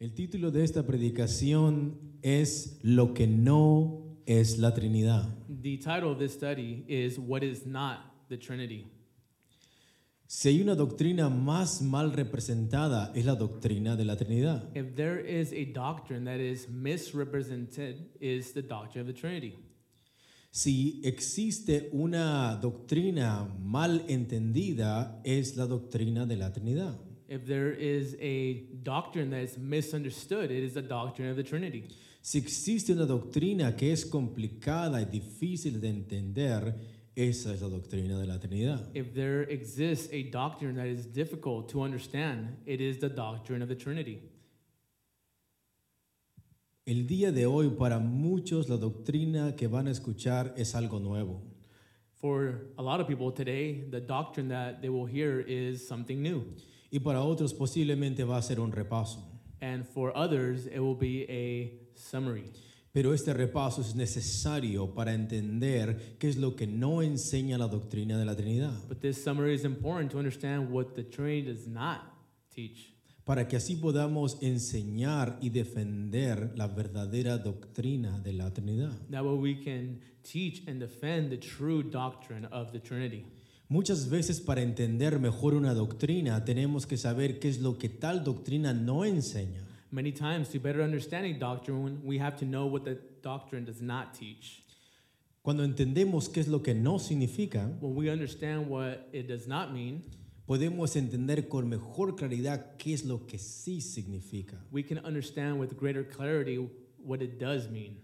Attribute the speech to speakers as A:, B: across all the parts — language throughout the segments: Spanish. A: El título de esta predicación es Lo que no es la Trinidad.
B: The title of this study is What is Not the Trinity.
A: Si hay una doctrina más mal representada es la doctrina de la Trinidad.
B: If there is a doctrine that is misrepresented, is the doctrine of the Trinity.
A: Si existe una doctrina mal entendida es la doctrina de la Trinidad.
B: If there is a doctrine that is misunderstood, it is the doctrine of the Trinity.
A: Si existe una doctrina que es complicada y difícil de entender, esa es la doctrina de la Trinidad.
B: If there exists a doctrine that is difficult to understand, it is the doctrine of the Trinity.
A: El día de hoy para muchos la doctrina que van a escuchar es algo nuevo.
B: For a lot of people today, the doctrine that they will hear is something new.
A: Y para otros posiblemente va a ser un repaso.
B: And for others, it will be a summary.
A: Pero este repaso es necesario para entender qué es lo que no enseña la doctrina de la Trinidad,
B: But this summary is important to understand what the Trinity does not teach,
A: para que así podamos enseñar y defender la verdadera doctrina de la Trinidad.
B: that way we can teach and defend the true doctrine of the Trinity.
A: Muchas veces para entender mejor una doctrina tenemos que saber qué es lo que tal doctrina no enseña.
B: Many times, to better understand a doctrine, we have to know what the doctrine does not teach.
A: Cuando entendemos qué es lo que no significa,
B: When we understand what it does not mean,
A: podemos entender con mejor claridad qué es lo que sí significa.
B: we can understand with greater clarity what it does mean.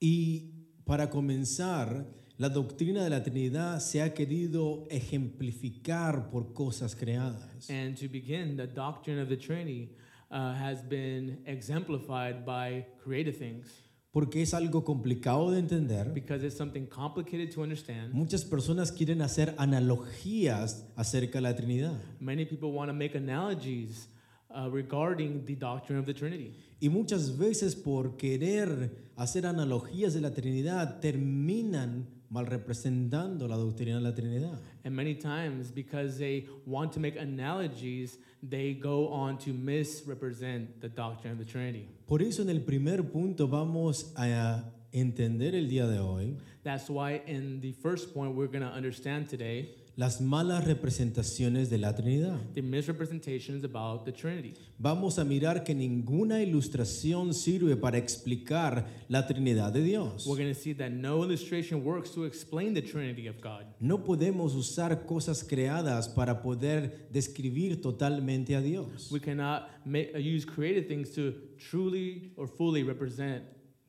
A: Y para comenzar, la doctrina de la Trinidad se ha querido ejemplificar por cosas creadas.
B: And to begin, the doctrine of the Trinity uh, has been exemplified by creative things
A: Porque es algo complicado de entender.
B: because it's something complicated to understand.
A: Muchas personas quieren hacer analogías acerca de la Trinidad.
B: Many people want to make analogies uh, regarding the doctrine of the Trinity.
A: Y muchas veces por querer hacer analogías de la Trinidad terminan mal representando la doctrina de la Trinidad.
B: And many times, because they want to make analogies, they go on to misrepresent the doctrine of the Trinity.
A: Por eso en el primer punto vamos a entender el día de hoy
B: That's why, in the first point we're going to understand today,
A: las malas representaciones de la Trinidad.
B: the misrepresentations about the Trinity.
A: Vamos a mirar que ninguna ilustración sirve para explicar la Trinidad de Dios.
B: We're going to see that no illustration works to explain the Trinity of God.
A: No podemos usar cosas creadas para poder describir totalmente a Dios.
B: We cannot ma- uh, use created things to truly or fully represent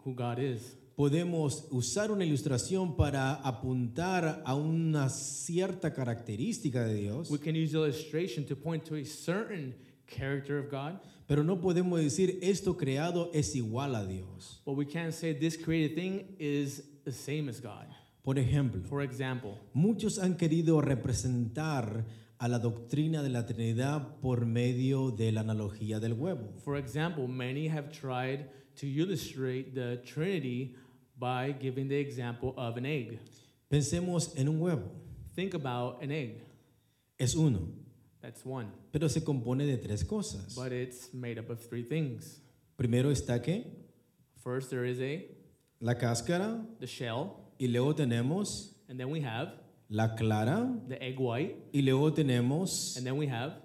B: who God is.
A: Podemos usar una ilustración para apuntar a una cierta característica de Dios,
B: We can use illustration to point to a certain character of God,
A: pero no podemos decir esto creado es igual a Dios.
B: but we can't say this created thing is the same as God.
A: Por ejemplo,
B: For example,
A: Muchos han querido representar a la doctrina de la Trinidad por medio de la analogía del huevo.
B: for example, many have tried to illustrate the Trinity by giving the example of an egg.
A: Pensemos en un huevo.
B: Think about an egg.
A: Es uno,
B: That's one,
A: pero se compone de tres cosas.
B: but it's made up of three things.
A: Primero está qué?
B: First, there is a
A: La cáscara
B: the shell,
A: y luego tenemos
B: and then we have
A: la clara
B: the egg white,
A: y luego tenemos
B: and then we have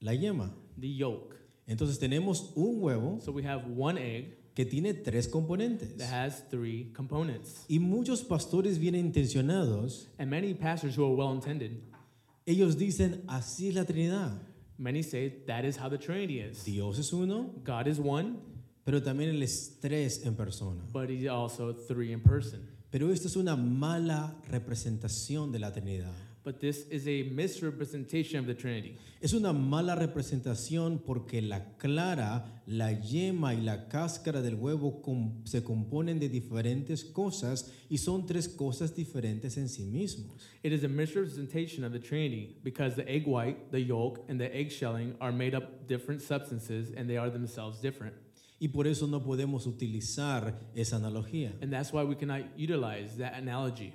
A: la yema.
B: the yolk.
A: Entonces tenemos un huevo
B: So we have one egg
A: que tiene tres componentes.
B: that has three components.
A: Y muchos pastores bien intencionados,
B: And many pastors who are well intended,
A: ellos dicen, así es la Trinidad.
B: many say that is how the Trinity is.
A: Dios es uno,
B: God is one,
A: pero también el estrés en persona.
B: but he's also three in person.
A: Pero esto es una mala representación de la Trinidad.
B: But this is a misrepresentation of the Trinity.
A: Es una mala representación porque la clara, la yema y la cáscara del huevo com- se componen de diferentes cosas y son tres cosas diferentes en sí mismos.
B: It is a misrepresentation of the Trinity because the egg white, the yolk, and the egg shelling are made up different substances and they are themselves different.
A: Y por eso no podemos utilizar esa analogía.
B: And that's why we cannot utilize that analogy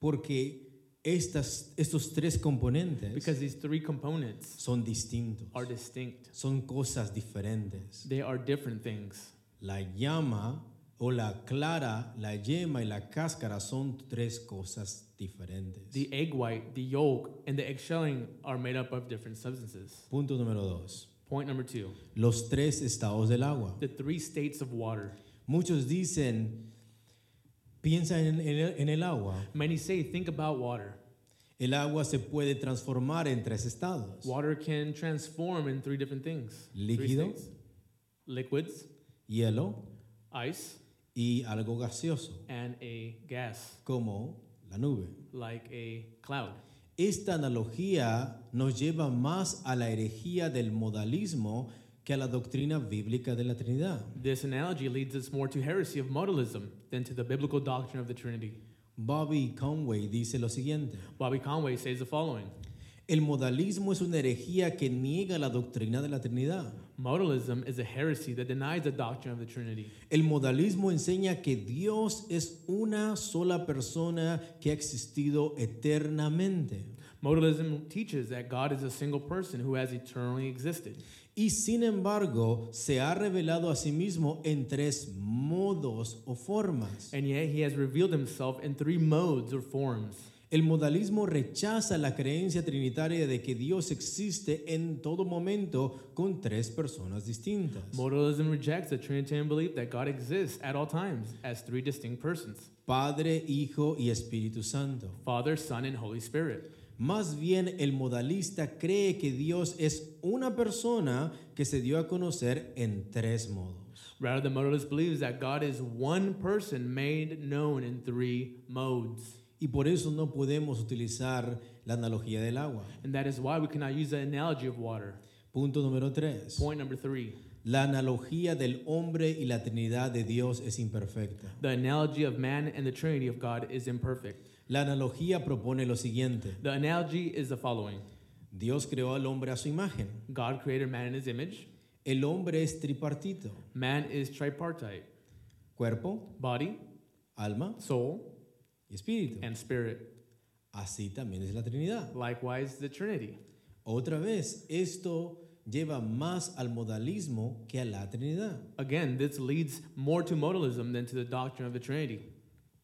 A: Porque estas, estos tres componentes
B: because these three components
A: son distintos.
B: are distinct.
A: Son cosas diferentes.
B: They are different things.
A: La llama o la clara, la yema y la cáscara son tres cosas diferentes.
B: The egg white, the yolk, and the egg shelling are made up of different substances.
A: Punto número dos.
B: Point number two
A: Los tres estados del agua.
B: the three states of water.
A: Muchos dicen, piensa en, en el- en el agua.
B: Many say, think about water.
A: El agua se puede transformar en tres estados.
B: Water can transform in three different things three
A: Líquido.
B: states. liquids,
A: Hielo
B: ice,
A: y algo gaseoso,
B: and a gas,
A: como la nube.
B: like a cloud.
A: Esta analogía nos lleva más a la herejía del modalismo que a la doctrina bíblica de la Trinidad.
B: This analogy leads us more to heresy of modalism than to the biblical doctrine of the Trinity.
A: Bobby Conway dice lo siguiente.
B: Bobby Conway says the following
A: El modalismo es una herejía que niega la doctrina de la Trinidad.
B: Modalism is a heresy that denies the doctrine of the Trinity.
A: El modalismo enseña que Dios es una sola persona que ha existido eternamente.
B: Modalism teaches that God is a single person who has eternally existed,
A: Y sin embargo, se ha revelado a sí mismo en tres modos o formas.
B: and yet he has revealed himself in three modes or forms.
A: El modalismo rechaza la creencia trinitaria de que Dios existe en todo momento con tres personas distintas.
B: Modalism rejects the Trinitarian belief that God exists at all times as three distinct persons
A: Padre, Hijo y Espíritu Santo.
B: Father, Son, and Holy Spirit.
A: Más bien el modalista cree que Dios es una persona que se dio a conocer en tres modos.
B: Rather, the modalist believes that God is one person made known in three modes.
A: Y por eso no podemos utilizar la analogía del agua.
B: And that is why we cannot use the analogy of water.
A: Punto número tres.
B: Point number three
A: La analogía del hombre y la Trinidad de Dios es imperfecta.
B: the analogy of man and the Trinity of God is imperfect.
A: La analogía propone lo siguiente.
B: The analogy is the following
A: Dios creó al hombre a su imagen.
B: God created man in his image,
A: El hombre es tripartito.
B: man is tripartite
A: Cuerpo,
B: body,
A: alma
B: soul,
A: y espíritu.
B: and spirit.
A: Así también es la Trinidad.
B: Likewise, the Trinity.
A: Otra vez, esto lleva más al modalismo que a la Trinidad.
B: Again, this leads more to modalism than to the doctrine of the Trinity.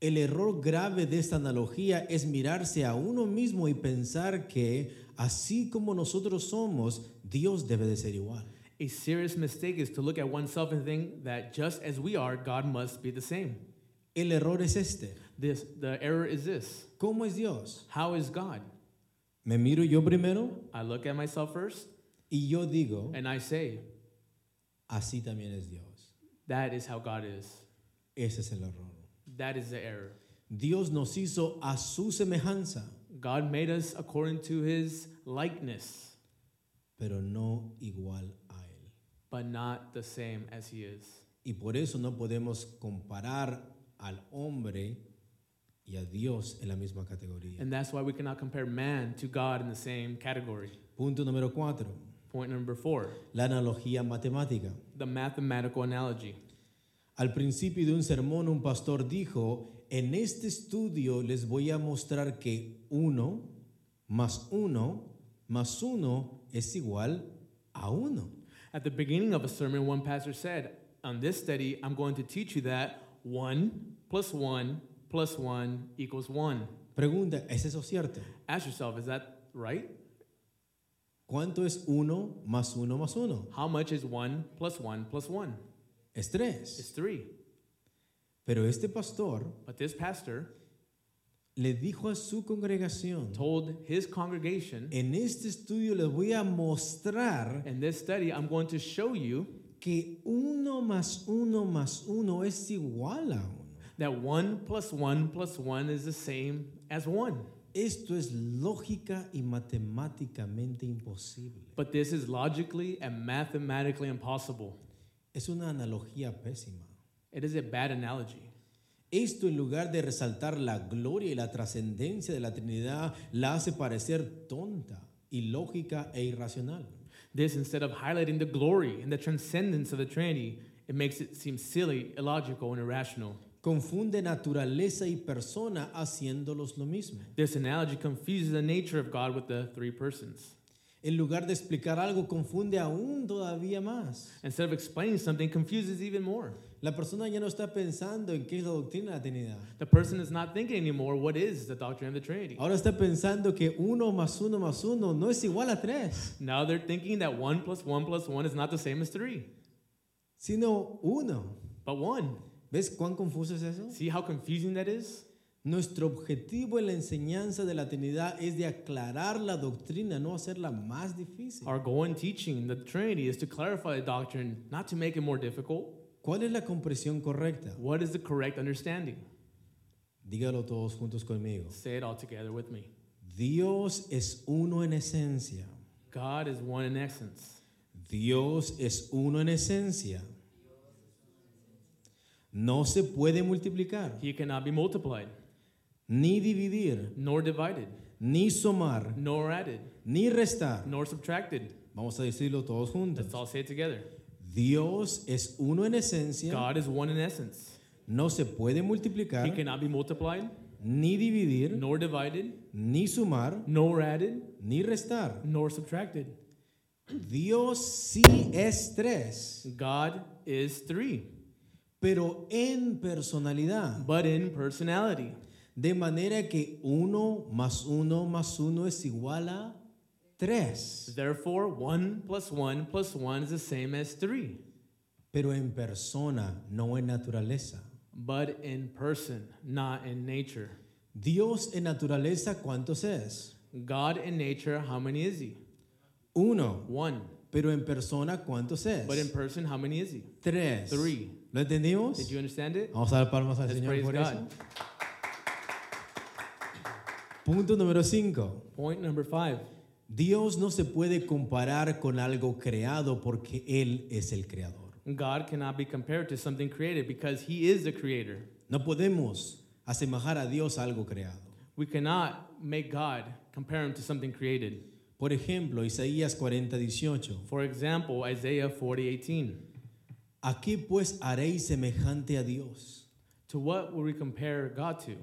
A: El error grave de esta analogía es mirarse a uno mismo y pensar que, así como nosotros somos, Dios debe de ser igual.
B: A serious mistake is to look at oneself and think that just as we are, God must be the same.
A: El error es este.
B: This the error is this.
A: ¿Cómo es Dios?
B: How is God?
A: Me miro yo primero
B: I look at myself first
A: y yo digo,
B: and I say,
A: así también es Dios.
B: that is how God is.
A: Ese es el error.
B: That is the error.
A: Dios nos hizo a su semejanza,
B: God made us according to his likeness,
A: pero no igual a Él.
B: but not the same as he is.
A: Y por eso no podemos comparar al hombre y a Dios en la misma categoría.
B: And that's why we cannot compare man to God in the same category.
A: Punto número cuatro,
B: Point number four
A: la analogía matemática.
B: the mathematical analogy.
A: Al principio de un sermón un pastor dijo, en este estudio les voy a mostrar que uno más uno más uno es igual a uno.
B: At the beginning of a sermon, one pastor said, On this study, I'm going to teach you that 1 plus 1 plus 1 equals 1.
A: Pregunta, ¿es eso cierto?
B: Ask yourself, is that right?
A: ¿Cuánto es uno más uno más uno?
B: How much is 1 plus 1 plus 1?
A: Es tres.
B: It's 3.
A: Pero este pastor
B: But this pastor
A: le dijo a su congregación,
B: told his congregation,
A: en este estudio les voy a mostrar
B: In this study, I'm going to show you
A: que uno más uno más uno es igual a uno.
B: that 1 plus 1 plus 1 is the same as 1.
A: Esto es lógica y matemáticamente imposible.
B: But this is logically and mathematically impossible.
A: Es una analogía pésima.
B: It is a bad analogy.
A: Esto en lugar de resaltar la gloria y la trascendencia de la Trinidad, la hace parecer tonta, ilógica e irracional.
B: This, instead of highlighting the glory and the transcendence of the Trinity, It makes it seem silly, illogical, and irrational.
A: Confunde naturaleza y persona haciéndolos lo mismo.
B: This analogy confuses the nature of God with the three persons.
A: En lugar de explicar algo, confunde aún todavía más.
B: Instead of explaining something, confuses even more.
A: La persona ya no está pensando en qué es la doctrina de la Trinidad.
B: The person is not thinking anymore what is the doctrine of the Trinity.
A: Ahora está pensando que uno más uno más uno no es igual a tres,
B: Now they're thinking that 1 plus 1 plus 1 is not the same as 3,
A: sino uno.
B: but 1.
A: ¿Ves cuán confuso es eso?
B: See how confusing that is?
A: Nuestro objetivo en la enseñanza de la Trinidad es de aclarar la doctrina, no hacerla más difícil.
B: Our goal in teaching the Trinity is to clarify the doctrine, not to make it more difficult.
A: ¿Cuál es la comprensión correcta?
B: What is the correct understanding?
A: Dígalo todos juntos conmigo.
B: Say it all together with me.
A: Dios es uno en esencia.
B: God is one in essence.
A: Dios es uno en esencia. No se puede multiplicar,
B: He cannot be multiplied,
A: ni dividir,
B: nor divided,
A: ni sumar,
B: nor added,
A: ni restar.
B: nor subtracted.
A: Vamos a decirlo todos juntos.
B: Let's all say it together.
A: Dios es uno en esencia.
B: God is one in essence.
A: No se puede
B: He
A: multiplicar,
B: cannot be multiplied,
A: ni dividir,
B: nor divided,
A: ni sumar,
B: nor added,
A: ni restar.
B: nor subtracted.
A: Dios sí es tres,
B: God is three,
A: pero en personalidad.
B: but in personality.
A: De manera que uno más uno más uno es igual a tres,
B: Therefore, one plus one plus one is the same as three,
A: pero en persona, no en naturaleza.
B: but in person, not in nature.
A: Dios en naturaleza, ¿cuántos es?
B: God in nature, how many is he?
A: Uno,
B: One.
A: pero en persona, ¿cuántos es?
B: But in person, how many is he?
A: Tres.
B: Three.
A: ¿Lo entendimos?
B: Did you understand it?
A: Vamos a dar palmas al
B: Let's
A: Señor
B: praise
A: por eso.
B: God.
A: Punto número cinco.
B: Point number five
A: Dios no se puede comparar con algo creado porque Él es el creador.
B: God cannot be compared to something created because he is the creator.
A: No podemos asemejar a Dios a algo creado.
B: We cannot make God compare him to something created.
A: Por ejemplo, Isaías 40, 18.
B: For example, Isaiah 40:18.
A: ¿A qué pues haréis semejante a Dios?
B: To what will we compare God to?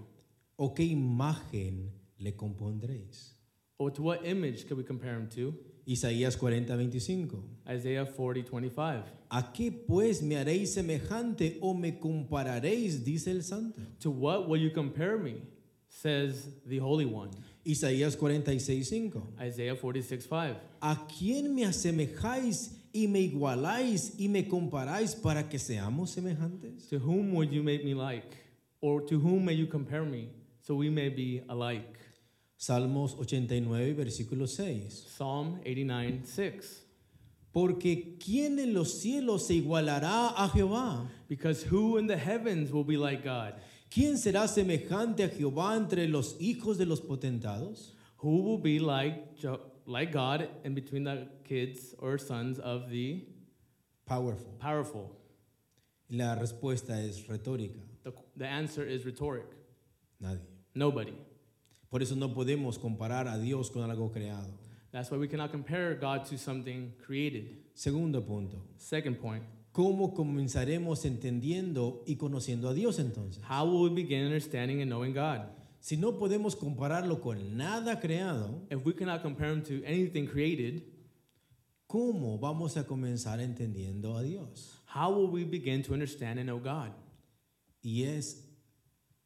A: ¿O qué imagen le compondréis?
B: Or to what image could we compare him to?
A: Isaías 40, 25.
B: Isaiah 40:25.
A: ¿A qué pues me haréis semejante o me compararéis? Dice el santo.
B: To what will you compare me? Says the Holy One.
A: Isaías 46, 5.
B: Isaiah 46:5.
A: ¿A quién me asemejáis y me igualáis y me comparáis para que seamos semejantes?
B: To whom would you make me like? Or to whom may you compare me so we may be alike?
A: Salmos 89, versículo 6.
B: Psalm 89:6.
A: Porque ¿quién en los cielos se igualará a Jehová?
B: Because who in the heavens will be like God?
A: ¿Quién será semejante a Jehová entre los hijos de los potentados?
B: Who will be like Jo- like God in between the kids or sons of the
A: Powerful.
B: powerful?
A: La respuesta es retórica.
B: The, the answer is rhetoric.
A: Nadie.
B: Nobody.
A: Por eso no podemos comparar a Dios con algo creado.
B: That's why we cannot compare God to something created.
A: Segundo punto.
B: Second point.
A: ¿Cómo comenzaremos entendiendo y conociendo a Dios entonces?
B: How will we begin understanding and knowing God?
A: Si no podemos compararlo con nada creado,
B: If we cannot compare him to anything created,
A: ¿cómo vamos a comenzar entendiendo a Dios?
B: how will we begin to understand and know God?
A: Y es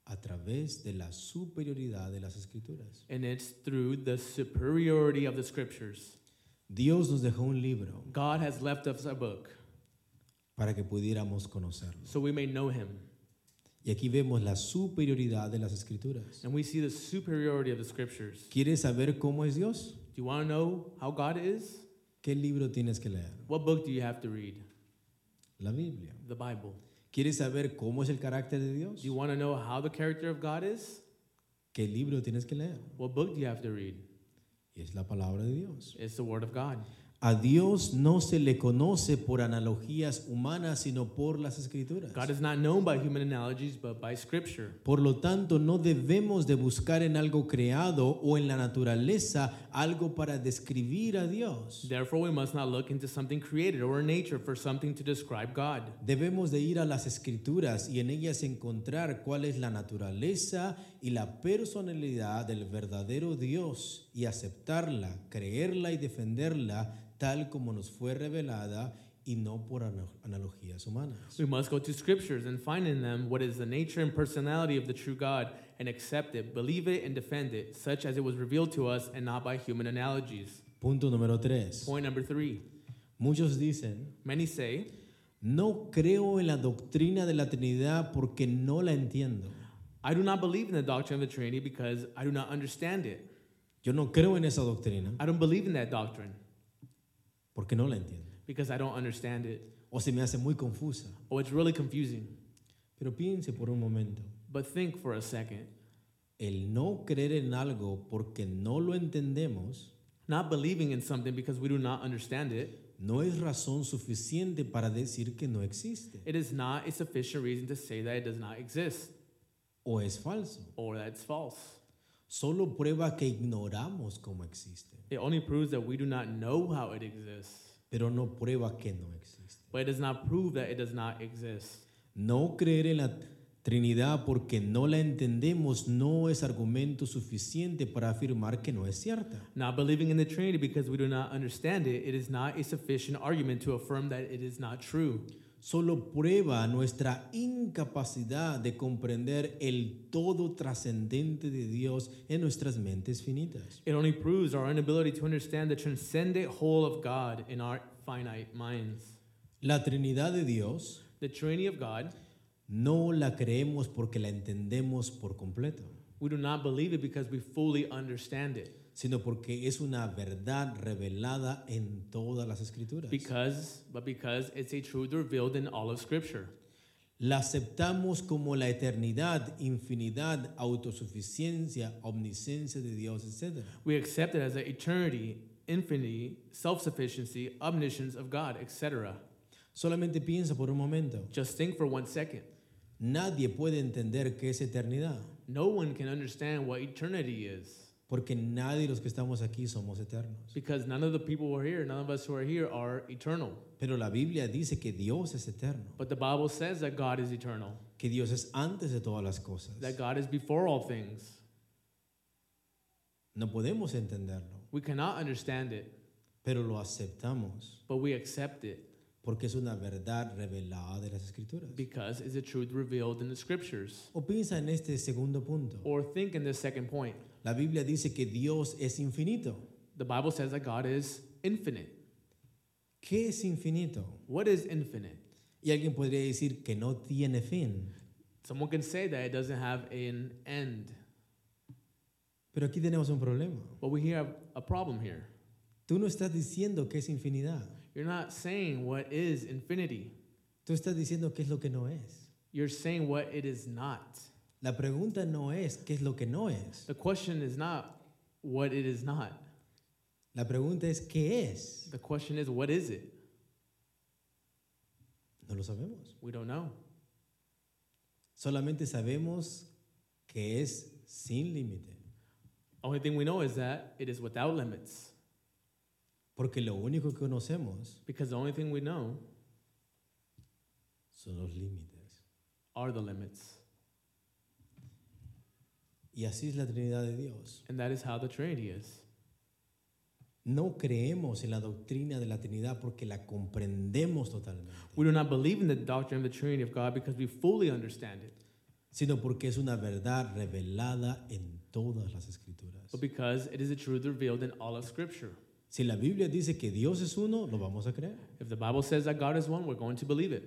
A: a través de la superioridad de las escrituras.
B: And it's through the superiority of the scriptures.
A: Dios nos dejó un libro
B: God has left us a book
A: para que pudiéramos conocerlo.
B: so we may know him.
A: Y aquí vemos la superioridad de las escrituras.
B: And we see the superiority of the scriptures.
A: ¿Quieres saber cómo es Dios?
B: Do you want to know how God is?
A: ¿Qué libro tienes que leer?
B: What book do you have to read?
A: La Biblia.
B: The Bible.
A: ¿Quieres saber cómo es el carácter de Dios?
B: Do you want to know how the character of God is?
A: ¿Qué libro tienes que leer?
B: What book do you have to read?
A: Y es la palabra de Dios.
B: It's the Word of God.
A: A Dios no se le conoce por analogías humanas, sino por las escrituras.
B: God is not known by human analogies, but by Scripture.
A: Por lo tanto, no debemos de buscar en algo creado o en la naturaleza algo para describir a Dios.
B: Therefore, we must not look into something created or in nature for something to describe God.
A: Debemos de ir a las escrituras y en ellas encontrar cuál es la naturaleza y la personalidad del verdadero Dios y aceptarla, creerla y defenderla tal como nos fue revelada y no por ana- analogías humanas.
B: We must go to Scriptures and find in them what is the nature and personality of the true God and accept it, believe it, and defend it, such as it was revealed to us and not by human analogies.
A: Punto número 3.
B: Point number three.
A: Muchos dicen,
B: Many say,
A: no creo en la doctrina de la Trinidad porque no la entiendo.
B: I do not believe in the doctrine of the Trinity because I do not understand it.
A: Yo no creo en esa doctrina
B: I don't believe in that doctrine
A: porque no la entiendo.
B: because I don't understand it.
A: O se me hace muy confusa.
B: Oh, it's really confusing.
A: Pero piense por un momento.
B: But think for a second.
A: El no creer en algo porque no lo entendemos
B: Not believing in something because we do not understand it,
A: no es razón suficiente para decir que no existe
B: it is not a sufficient reason to say that it does not exist
A: o es falso.
B: or that it's false.
A: Solo prueba que ignoramos cómo existe,
B: It only proves that we do not know how it exists,
A: pero no prueba que no existe.
B: but it does not prove that it does not exist.
A: No creer en la Trinidad porque no la entendemos no es argumento suficiente para afirmar que no es cierta.
B: Not believing in the Trinity because we do not understand it, it is not a sufficient argument to affirm that it is not true.
A: Solo prueba nuestra incapacidad de comprender el todo trascendente de Dios en nuestras mentes finitas.
B: It only proves our inability to understand the transcendent whole of God in our finite minds.
A: La Trinidad de Dios
B: The Trinity of God,
A: no la creemos porque la entendemos por completo,
B: we do not believe it because we fully understand it,
A: sino porque es una verdad revelada en todas las escrituras.
B: because but because it's a truth revealed in all of Scripture.
A: La aceptamos como la eternidad, infinidad, autosuficiencia, omnisciencia de Dios, etc.
B: We accept it as an eternity, infinity, self-sufficiency, omniscience of God, etc.
A: Solamente piensa por un momento.
B: Just think for one second.
A: Nadie puede entender qué es eternidad,
B: No one can understand what eternity is
A: porque nadie de los que estamos aquí somos eternos.
B: because none of the people who are here, none of us who are here are eternal.
A: Pero la Biblia dice que Dios es eterno,
B: But the Bible says that God is eternal.
A: que Dios es antes de todas las cosas.
B: that God is before all things.
A: No podemos entenderlo,
B: We cannot understand it,
A: pero lo aceptamos
B: but we accept it
A: porque es una verdad revelada de las escrituras.
B: because it's a truth revealed in the scriptures.
A: O piensa en este segundo punto.
B: Or think in this second point.
A: La Biblia dice que Dios es infinito.
B: The Bible says that God is infinite.
A: ¿Qué es infinito?
B: What is infinite?
A: Y alguien podría decir que no tiene fin.
B: Someone can say that it doesn't have an end.
A: Pero aquí tenemos un problema.
B: But we here have a problem here.
A: Tú no estás diciendo que es infinidad.
B: You're not saying what is infinity.
A: Tú estás diciendo qué es lo que no es.
B: You're saying what it is not.
A: La pregunta no es qué es lo que no es.
B: The question is not what it is not.
A: La pregunta es qué es.
B: The question is what is it?
A: No lo sabemos.
B: We don't know.
A: Solamente sabemos que es sin límite.
B: Only thing we know is that it is without limits.
A: Porque lo único que conocemos
B: Because the only thing we know
A: son los límites.
B: are the limits.
A: Y así es la Trinidad de Dios.
B: And that is how the Trinity is.
A: No creemos en la doctrina de la Trinidad porque la comprendemos totalmente,
B: We do not believe in the doctrine of the Trinity of God because we fully understand it,
A: sino porque es una verdad revelada en todas las escrituras.
B: but because it is a truth revealed in all of Scripture.
A: Si la Biblia dice que Dios es uno, lo vamos a creer.
B: If the Bible says that God is one, we're going to believe it.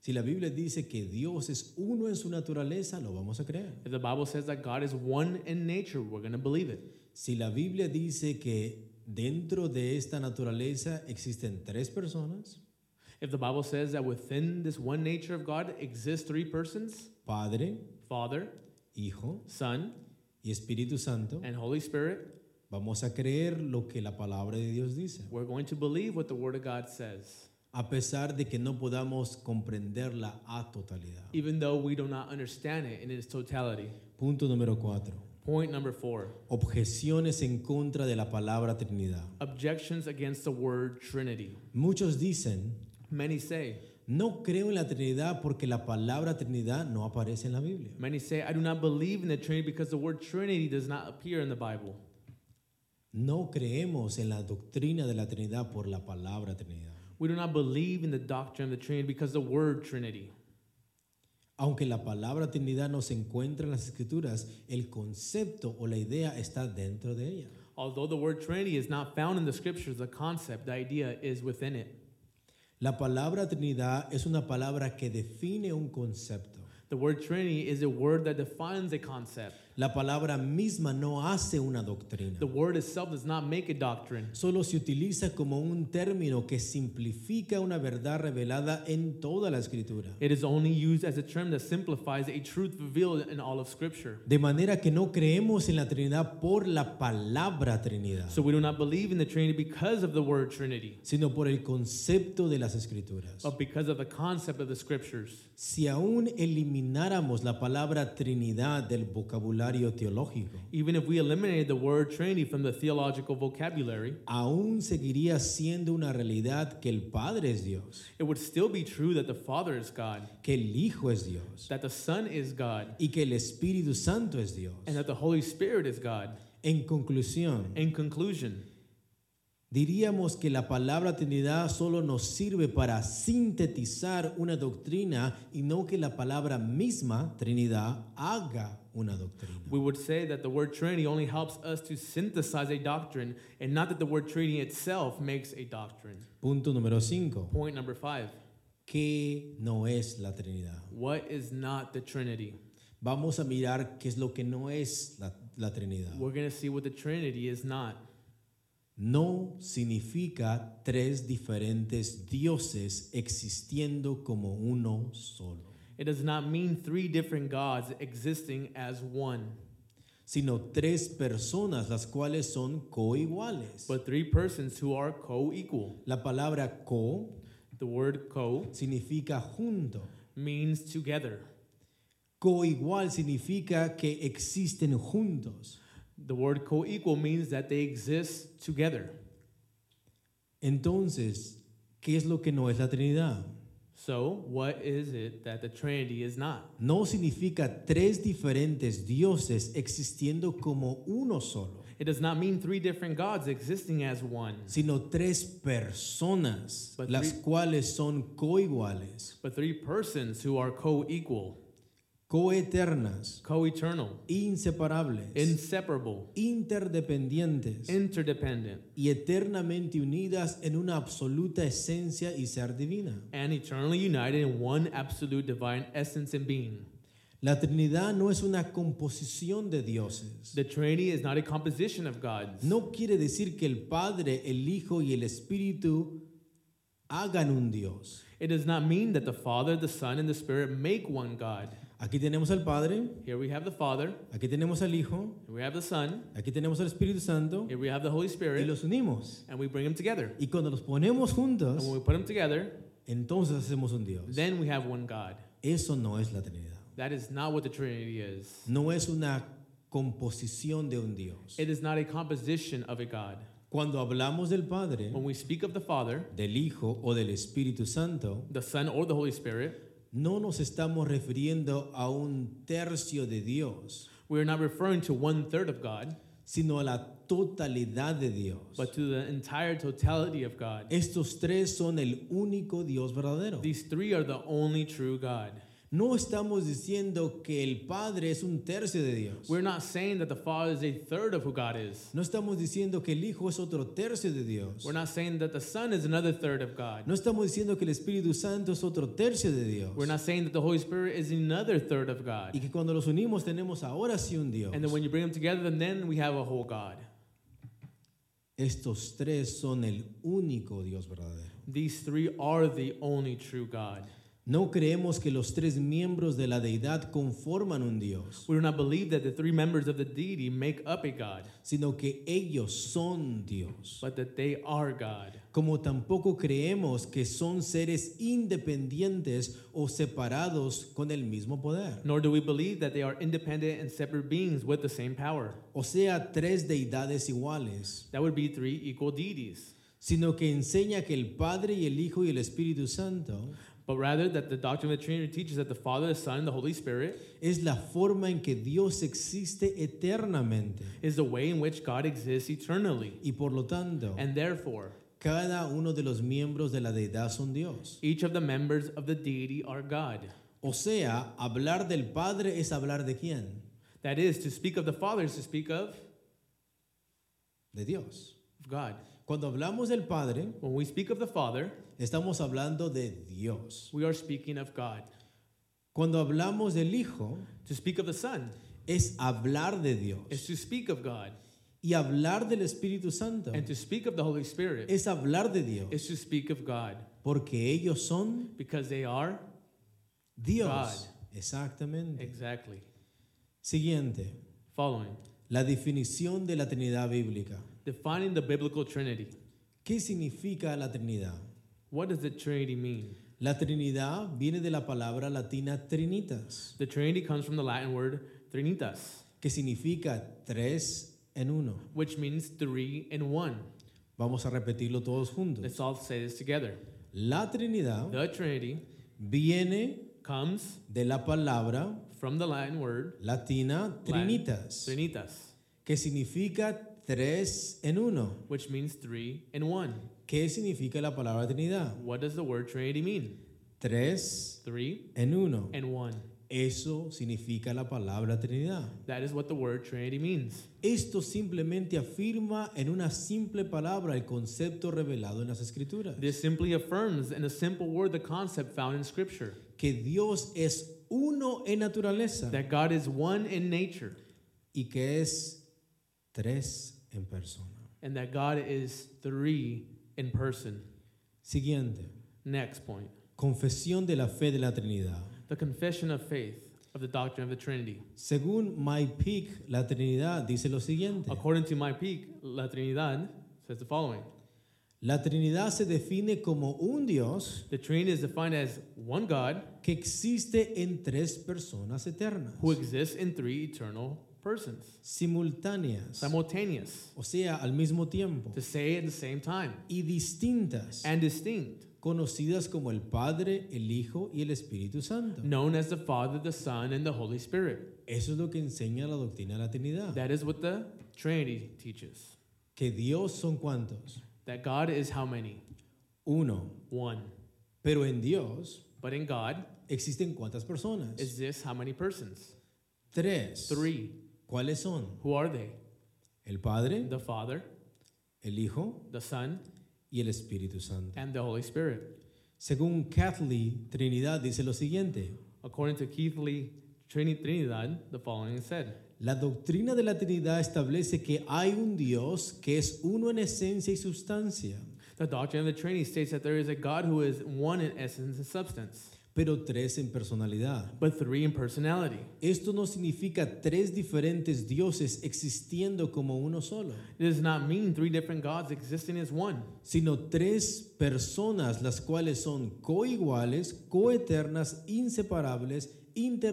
A: Si la Biblia dice que Dios es uno en su naturaleza, lo vamos a creer.
B: If the Bible says that God is one in nature, we're going to believe it.
A: Si la Biblia dice que dentro de esta naturaleza existen tres personas,
B: If the Bible says that within this one nature of God exist three persons
A: Padre,
B: Father,
A: Hijo
B: Son,
A: y Espíritu Santo,
B: and Holy Spirit,
A: Vamos a creer lo que la palabra de Dios dice.
B: We're going to believe what the Word of God says,
A: A pesar de que no podamos comprenderla a totalidad.
B: even though we do not understand it in its totality.
A: Punto número 4.
B: Point number four
A: Objeciones en contra de la palabra Trinidad.
B: objections against the word Trinity.
A: Muchos dicen,
B: Many say,
A: no creo en la Trinidad porque la palabra Trinidad no aparece en la Biblia.
B: many say, I do not believe in the Trinity because the word Trinity does not appear in the Bible.
A: No creemos en la doctrina de la Trinidad por la palabra Trinidad.
B: We do not believe in the doctrine of the Trinity because the word Trinity.
A: Aunque la palabra Trinidad no se encuentra en las Escrituras, el concepto o la idea está dentro de ella.
B: Although the word Trinity is not found in the scriptures, the concept, the idea is within it.
A: La palabra Trinidad es una palabra que define un concepto.
B: The word Trinity is a word that defines a concept.
A: La palabra misma no hace una doctrina.
B: The word itself does not make a doctrine.
A: Solo se utiliza como un término que simplifica una verdad revelada en toda la Escritura.
B: It is only used as a term that simplifies a truth revealed in all of Scripture.
A: De manera que no creemos en la Trinidad por la palabra Trinidad,
B: So we do not believe in the Trinity because of the word Trinity,
A: sino por el concepto de las Escrituras.
B: but because of the concept of the Scriptures.
A: Si aún elimináramos la palabra Trinidad del vocabulario teológico,
B: Even if we eliminated the word Trinity from the theological vocabulary,
A: aún seguiría siendo una realidad que el Padre es Dios,
B: it would still be true that the Father is God,
A: que el Hijo es Dios
B: that the Son is God,
A: y que el Espíritu Santo es Dios.
B: and that the Holy Spirit is God.
A: En conclusión,
B: In conclusion,
A: diríamos que la palabra Trinidad solo nos sirve para sintetizar una doctrina y no que la palabra misma Trinidad haga una doctrina.
B: we would say that the word Trinity only helps us to synthesize a doctrine, and not that the word Trinity itself makes a doctrine.
A: Punto número 5.
B: Point number five
A: ¿Qué no es la Trinidad?
B: What is not the Trinity?
A: Vamos a mirar qué es lo que no es la, la Trinidad.
B: We're going to see what the Trinity is not.
A: No significa tres diferentes dioses existiendo como uno solo,
B: It does not mean three different gods existing as one,
A: sino tres personas las cuales son coiguales.
B: but three persons who are co equal.
A: La palabra co
B: The word co
A: significa junto.
B: means together.
A: Coigual significa que existen juntos.
B: The word co equal means that they exist together.
A: Entonces, ¿qué es lo que no es la Trinidad?
B: So, what is it that the Trinity is not?
A: No significa tres diferentes dioses existiendo como uno solo.
B: It does not mean three different gods existing as one,
A: sino tres personas,
B: But
A: las
B: three-
A: cuales son coiguales,
B: but three persons who are co equal,
A: coeternas,
B: co eternal,
A: inseparables,
B: inseparable,
A: interdependientes
B: interdependent,
A: y eternamente unidas en una absoluta esencia y ser divina.
B: and eternally united in one absolute divine essence and being.
A: La Trinidad no es una composición de dioses.
B: The Trinity is not a composition of gods.
A: No quiere decir que el Padre, el Hijo y el Espíritu hagan un Dios.
B: It does not mean that the Father, the Son, and the Spirit make one God.
A: Aquí tenemos al Padre,
B: Here we have the Father,
A: aquí tenemos al Hijo,
B: here we have the Son,
A: aquí tenemos al Espíritu Santo
B: here we have the Holy
A: y
B: Spirit,
A: los unimos.
B: and we bring them together.
A: Y cuando los ponemos
B: And when
A: juntos,
B: we put them together,
A: entonces hacemos un Dios.
B: then we have one God.
A: Eso no es la Trinidad.
B: That is not what the Trinity is.
A: No es una composición de un Dios.
B: It is not a composition of a God.
A: Cuando hablamos del Padre,
B: When we speak of the Father,
A: del Hijo o del Espíritu Santo,
B: the Son, or the Holy Spirit,
A: no nos estamos refiriendo a un tercio de Dios,
B: we are not referring to one third of God,
A: sino a la totalidad de Dios.
B: but to the entire totality of God.
A: Estos tres son el único Dios verdadero.
B: These three are the only true God.
A: No estamos diciendo que el Padre es un tercio de Dios.
B: We're not saying that the Father is a third of who God is.
A: No estamos diciendo que el Hijo es otro tercio de Dios.
B: We're not saying that the Son is another third of God.
A: No estamos diciendo que el Espíritu Santo es otro tercio de Dios.
B: We're not saying that the Holy Spirit is another third of
A: Y
B: God.
A: que cuando los unimos tenemos ahora sí un Dios.
B: And then when you bring them together, then we have a whole God.
A: Estos tres son el único Dios verdadero.
B: These three are the only true God.
A: No creemos que los tres miembros de la deidad conforman un Dios,
B: We do not believe that the three members of the deity make up a God,
A: sino que ellos son Dios.
B: but that they are God.
A: Como tampoco creemos que son seres independientes o separados con el mismo poder.
B: Nor do we believe that they are independent and separate beings with the same power.
A: O sea, tres deidades iguales,
B: That would be three equal deities.
A: sino que enseña que el Padre y el Hijo y el Espíritu Santo
B: But rather, that the doctrine of the Trinity teaches that the Father, the Son, and the Holy Spirit
A: es la forma en que Dios existe eternamente.
B: is the way in which God exists eternally.
A: Y por lo tanto,
B: And therefore,
A: cada uno de los miembros de la deidad son Dios.
B: each of the members of the deity are God.
A: O sea, hablar del Padre es hablar de quién?
B: That is, to speak of the Father is to speak of,
A: De Dios.
B: of God.
A: Cuando hablamos del Padre,
B: When we speak of the Father,
A: estamos hablando de Dios.
B: we are speaking of God.
A: Cuando hablamos del Hijo,
B: To speak of the Son
A: es hablar de
B: is
A: Dios.
B: to speak of God.
A: Y hablar del Espíritu Santo
B: And to speak of the Holy Spirit
A: es hablar de Dios.
B: is to speak of God
A: Porque ellos son
B: because they are
A: Dios. Exactamente.
B: exactly
A: Siguiente.
B: following.
A: La definición de la Trinidad bíblica.
B: Defining the biblical Trinity.
A: ¿Qué significa la Trinidad?
B: What does the Trinity mean?
A: La Trinidad viene de la palabra latina trinitas,
B: The Trinity comes from the Latin word trinitas,
A: que significa tres en uno.
B: which means three in one.
A: Vamos a repetirlo todos juntos.
B: Let's all say this together.
A: La Trinidad
B: The Trinity
A: viene
B: comes
A: de la palabra
B: from the Latin word
A: latina trinitas,
B: trinitas,
A: que significa tres en uno.
B: which means three in one.
A: ¿Qué significa la palabra Trinidad?
B: What does the word Trinity mean?
A: Tres
B: Three
A: en uno.
B: and one.
A: Eso significa la palabra Trinidad.
B: That is what the word Trinity means.
A: Esto simplemente afirma en una simple palabra el concepto revelado en las Escrituras,
B: This simply affirms in a simple word the concept found in Scripture
A: que Dios es uno en naturaleza
B: that God is one in nature
A: y que es tres en persona.
B: and that God is three in person.
A: Siguiente,
B: Next point
A: confesión de la fe de la Trinidad.
B: the confession of faith of the doctrine of the Trinity.
A: Según My Peak, la Trinidad dice lo siguiente.
B: According to my peak, La Trinidad says the following
A: La Trinidad se define como un Dios
B: The Trinity is defined as one God
A: que existe en tres personas eternas,
B: who exists in three eternal persons,
A: simultáneas,
B: simultaneous,
A: o sea, al mismo tiempo,
B: to say at the same time,
A: y distintas.
B: and distinct,
A: conocidas como el Padre, el Hijo y el Espíritu Santo.
B: known as the Father, the Son, and the Holy Spirit.
A: Eso es lo que enseña la doctrina de la Trinidad.
B: That is what the Trinity teaches.
A: Que Dios son cuantos?
B: That God is how many?
A: Uno.
B: One.
A: Pero en Dios
B: But in God,
A: existen cuántas personas?
B: is this how many persons?
A: Tres.
B: Three.
A: ¿Cuáles son?
B: Who are they?
A: El Padre,
B: The Father,
A: el Hijo
B: the Son,
A: y el Espíritu Santo.
B: and the Holy Spirit.
A: Según Catholic, Trinidad dice lo siguiente.
B: According to Keithley Trini- Trinidad, the following is said.
A: La doctrina de la Trinidad establece que hay un Dios que es uno en esencia y sustancia,
B: The doctrine of the Trinity states that there is a God who is one in essence and substance,
A: pero tres en personalidad.
B: but three in personality.
A: Esto no significa tres diferentes dioses existiendo como uno solo,
B: It does not mean three different gods existing as one,
A: sino tres personas las cuales son coiguales, coeternas, inseparables,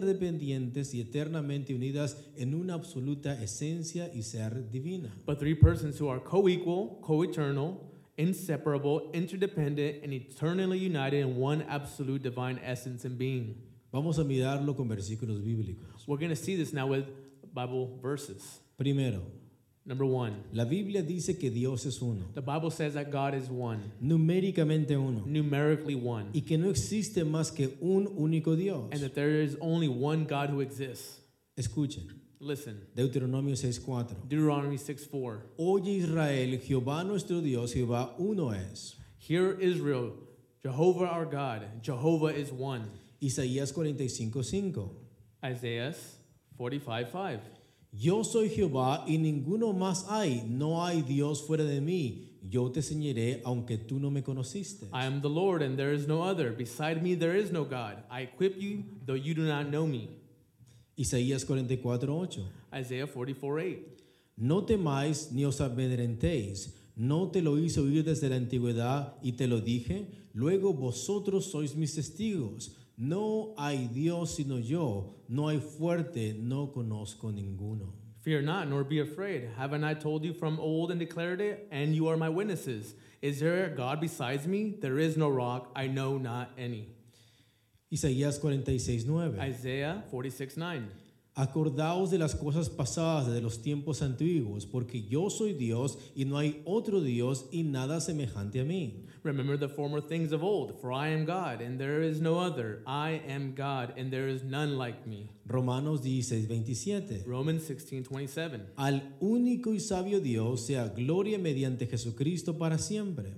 A: interdependientes y eternamente unidas en una absoluta esencia y ser divina.
B: but three persons who are co equal, co eternal, inseparable, interdependent, and eternally united in one absolute divine essence and being.
A: Vamos a mirarlo con versículos bíblicos.
B: We're going to see this now with Bible verses.
A: Primero,
B: Number one,
A: la Biblia dice que Dios es uno,
B: the Bible says that God is one,
A: numéricamente uno,
B: numerically one,
A: y que no existe más que un único Dios.
B: and that there is only one God who exists.
A: Escuchen,
B: Listen,
A: Deuteronomio 6:4.
B: Deuteronomy 6 4.
A: Oye Israel, Jehová nuestro Dios, Jehová uno es.
B: Hear Israel, Jehovah our God, Jehovah is one.
A: Isaías 45:5.
B: Isaiah 45 5.
A: Yo soy Jehová y ninguno más hay, no hay Dios fuera de mí. yo te ceñiré aunque tú no me conociste.
B: I am the Lord, and there is no other. Beside me, there is no God. I equip you, though you do not know me.
A: Isaías 44:8.
B: Isaiah 44 8.
A: No temáis ni os amedrentéis. No te lo hice oír desde la antigüedad y te lo dije. Luego vosotros sois mis testigos. No hay Dios sino yo. No hay fuerte. No conozco ninguno.
B: Fear not, nor be afraid. Haven't I told you from old and declared it? And you are my witnesses. Is there a God besides me? There is no rock. I know not any.
A: Isaías 46:9.
B: Isaiah 46 9.
A: Acordaos de las cosas pasadas de los tiempos antiguos, porque yo soy Dios y no hay otro Dios y nada semejante a mí.
B: Remember the former things of old, for I am God, and there is no other. I am God, and there is none like me.
A: Romanos 16:27.
B: Romans 16 27.
A: Al único y sabio Dios sea gloria mediante Jesucristo para siempre.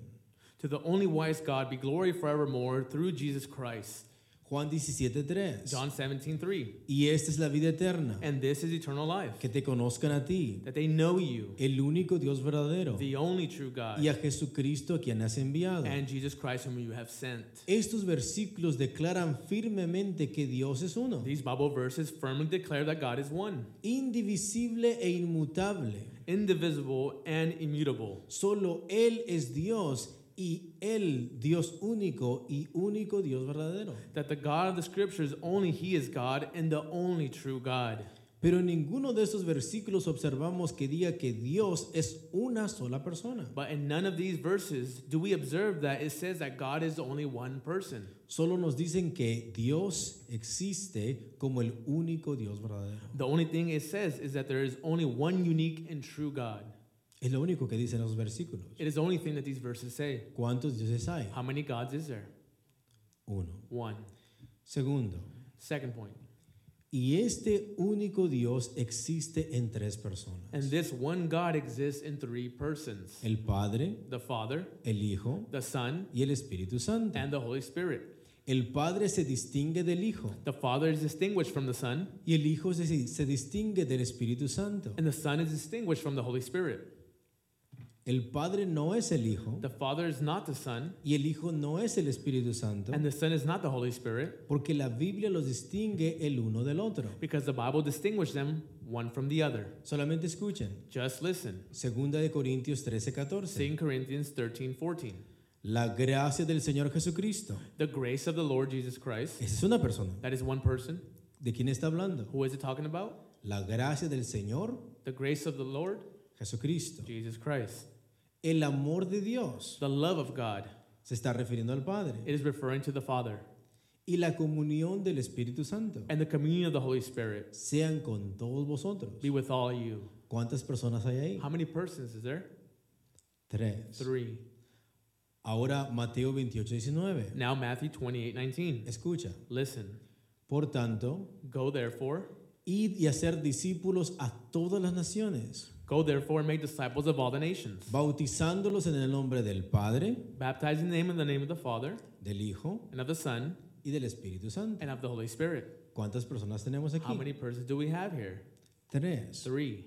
B: To the only wise God be glory forevermore through Jesus Christ.
A: Juan 17:3.
B: John 17 3.
A: Y esta es la vida eterna,
B: And this is eternal life,
A: que te conozcan a ti,
B: that they know you,
A: el único Dios verdadero,
B: the only true God,
A: y a Jesucristo a quien has enviado.
B: and Jesus Christ whom you have sent.
A: Estos versículos declaran firmemente que Dios es uno,
B: These Bible verses firmly declare that God is one,
A: indivisible e inmutable.
B: indivisible, and immutable.
A: Solo Él es Dios y Él Dios único y único Dios verdadero.
B: That the God of the scriptures, only He is God and the only true God.
A: Pero en ninguno de estos versículos observamos que diga que Dios es una sola persona.
B: But in none of these verses do we observe that it says that God is only one person.
A: Solo nos dicen que Dios existe como el único Dios verdadero.
B: The only thing it says is that there is only one unique and true God.
A: Es lo único que dicen los versículos.
B: It is the only thing that these verses say.
A: ¿Cuántos dioses hay?
B: How many gods is there?
A: Uno.
B: One.
A: Segundo,
B: Second point.
A: y este único Dios existe en tres personas.
B: And this one God exists in three persons
A: El Padre,
B: the Father,
A: el Hijo
B: the Son,
A: y el Espíritu Santo.
B: and the Holy Spirit.
A: El Padre se distingue del Hijo
B: The Father is distinguished from the Son,
A: y el Hijo se, se distingue del Espíritu Santo.
B: and the Son is distinguished from the Holy Spirit.
A: El Padre no es el Hijo
B: The Father is not the Son,
A: y el Hijo no es el Espíritu Santo
B: and the Son is not the Holy Spirit,
A: porque la Biblia los distingue el uno del otro.
B: because the Bible distinguishes them one from the other.
A: Solamente escuchen.
B: Just listen.
A: Segunda de Corintios 13, 14.
B: 2 Corinthians 13 14.
A: La gracia del Señor Jesucristo.
B: The grace of the Lord Jesus Christ,
A: Esa es una persona.
B: that is one person.
A: ¿De quién está hablando?
B: Who is it talking about?
A: La gracia del Señor
B: The grace of the Lord
A: Jesucristo.
B: Jesus Christ.
A: El amor de Dios
B: The love of God.
A: se está refiriendo al Padre.
B: It is referring to the Father.
A: Y la comunión del Espíritu Santo.
B: And the communion of the Holy Spirit
A: Sean con todos vosotros.
B: be with all you.
A: ¿Cuántas personas hay ahí?
B: How many persons is there?
A: Tres.
B: Three.
A: Ahora Mateo 28, 19.
B: Now Matthew 28 19.
A: Escucha.
B: Listen.
A: Por tanto,
B: Go therefore.
A: id y hacer discípulos a todas las naciones,
B: Go therefore and make disciples of all the nations,
A: bautizándolos en el nombre del Padre,
B: baptizing them in the name of the Father
A: del Hijo
B: and of the Son
A: y del Espíritu Santo.
B: and of the Holy Spirit.
A: ¿Cuántas personas tenemos aquí?
B: How many persons do we have here?
A: Tres.
B: Three.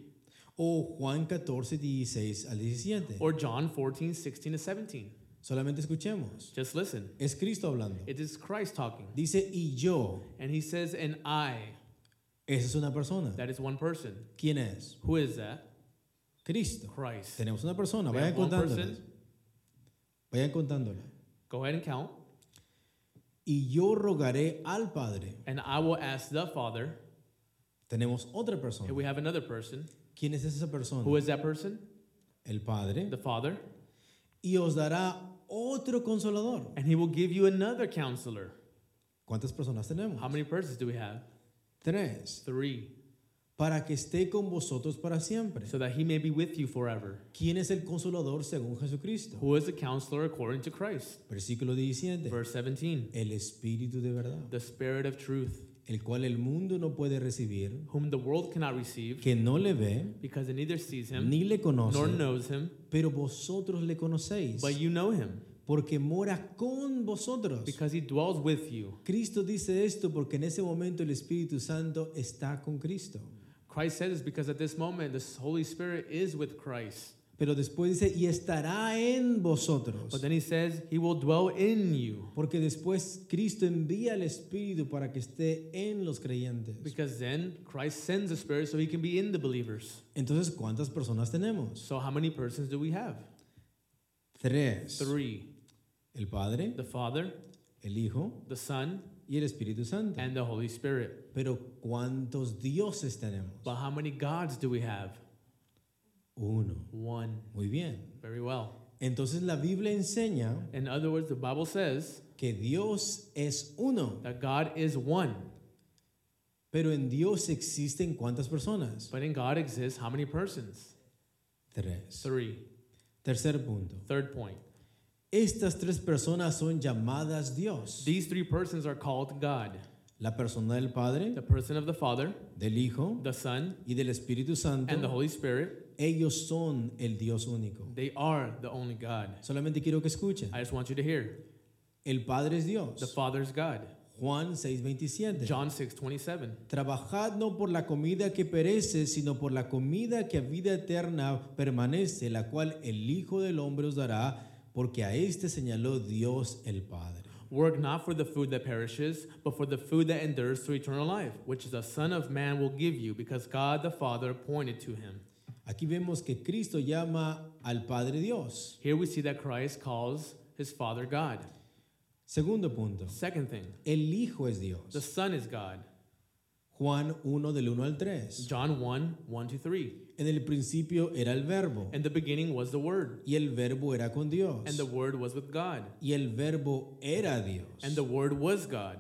A: O Juan 14, 16 al 17.
B: Or John 14 16 to 17.
A: Solamente escuchemos.
B: Just listen.
A: Es Cristo hablando.
B: It is Christ talking.
A: Dice, y yo,
B: And he says, and I,
A: esa es una persona.
B: that is one person.
A: ¿Quién es?
B: Who is that?
A: Cristo.
B: Christ.
A: Tenemos una persona.
B: We
A: Vayan
B: have one
A: contándola.
B: person.
A: Vayan contándola.
B: Go ahead and count.
A: Y yo rogaré al Padre.
B: And I will ask the Father.
A: Tenemos otra
B: And
A: persona.
B: we have another person.
A: ¿Quién es esa persona?
B: Who is that person?
A: El Padre.
B: The Father.
A: Y os dará otro consolador.
B: And he will give you another counselor.
A: ¿Cuántas personas tenemos?
B: How many persons do we have?
A: Tres.
B: Three.
A: Para que esté con vosotros para siempre.
B: So that he may be with you forever.
A: ¿Quién es el consolador según Jesucristo?
B: Who is the counselor according to Christ?
A: Versículo 17.
B: Verse 17.
A: El Espíritu de verdad,
B: The Spirit of truth,
A: el cual el mundo no puede recibir,
B: whom the world cannot receive,
A: que no le ve,
B: because it neither sees him
A: ni le
B: Em, nor
A: conoce,
B: knows him,
A: pero vosotros le conocéis,
B: but you know him,
A: porque mora con vosotros.
B: because he dwells with you.
A: Cristo dice esto porque en ese momento el Espíritu Santo está con Cristo.
B: Christ says this because at this moment, the Holy Spirit is with Christ.
A: Pero después dice, y estará en vosotros.
B: But then he says, He will dwell in you.
A: Porque después Cristo envía el Espíritu para que esté en los creyentes.
B: Because then Christ sends the Spirit so he can be in the believers.
A: Entonces, ¿cuántas personas tenemos?
B: So how many persons do we have?
A: Tres.
B: Three
A: El Padre,
B: the Father,
A: el Hijo
B: the Son,
A: y el Espíritu Santo.
B: and the Holy Spirit.
A: Pero ¿cuántos dioses tenemos?
B: But how many gods do we have?
A: Uno.
B: One.
A: Muy bien.
B: Very well.
A: Entonces la Biblia enseña
B: In other words, the Bible says
A: que Dios es uno,
B: that God is one,
A: pero en Dios existen cuántas personas?
B: but in God exists how many persons?
A: Tres.
B: Three.
A: Tercer punto.
B: Third point.
A: Estas tres personas son llamadas Dios.
B: These three persons are called God
A: La persona del Padre,
B: the person of the Father,
A: del Hijo
B: the Son,
A: y del Espíritu
B: and the
A: Santo.
B: Holy Spirit.
A: Ellos son el Dios único.
B: They are the only God.
A: Solamente quiero que escuchen.
B: I just want you to hear
A: El Padre es
B: the
A: Dios.
B: Father's God.
A: Juan 6:27.
B: John 6 27.
A: Trabajad no por la comida que perece, sino por la comida que a vida eterna permanece, la cual el Hijo del Hombre os dará, porque a este señaló Dios el Padre.
B: Work not for the food that perishes, but for the food that endures to eternal life, which the Son of Man will give you, because God the Father appointed to him.
A: Aquí vemos que Cristo llama al Padre Dios.
B: Here we see that Christ calls his Father God.
A: Segundo punto.
B: Second thing,
A: El Hijo es
B: the
A: Dios.
B: Son is God.
A: Juan 1 del 1 al 3.
B: John 1 1 to 3.
A: En el principio era el verbo,
B: In the beginning was the Word,
A: y el verbo era con Dios,
B: and the Word was with God,
A: y el verbo era Dios.
B: and the Word was God.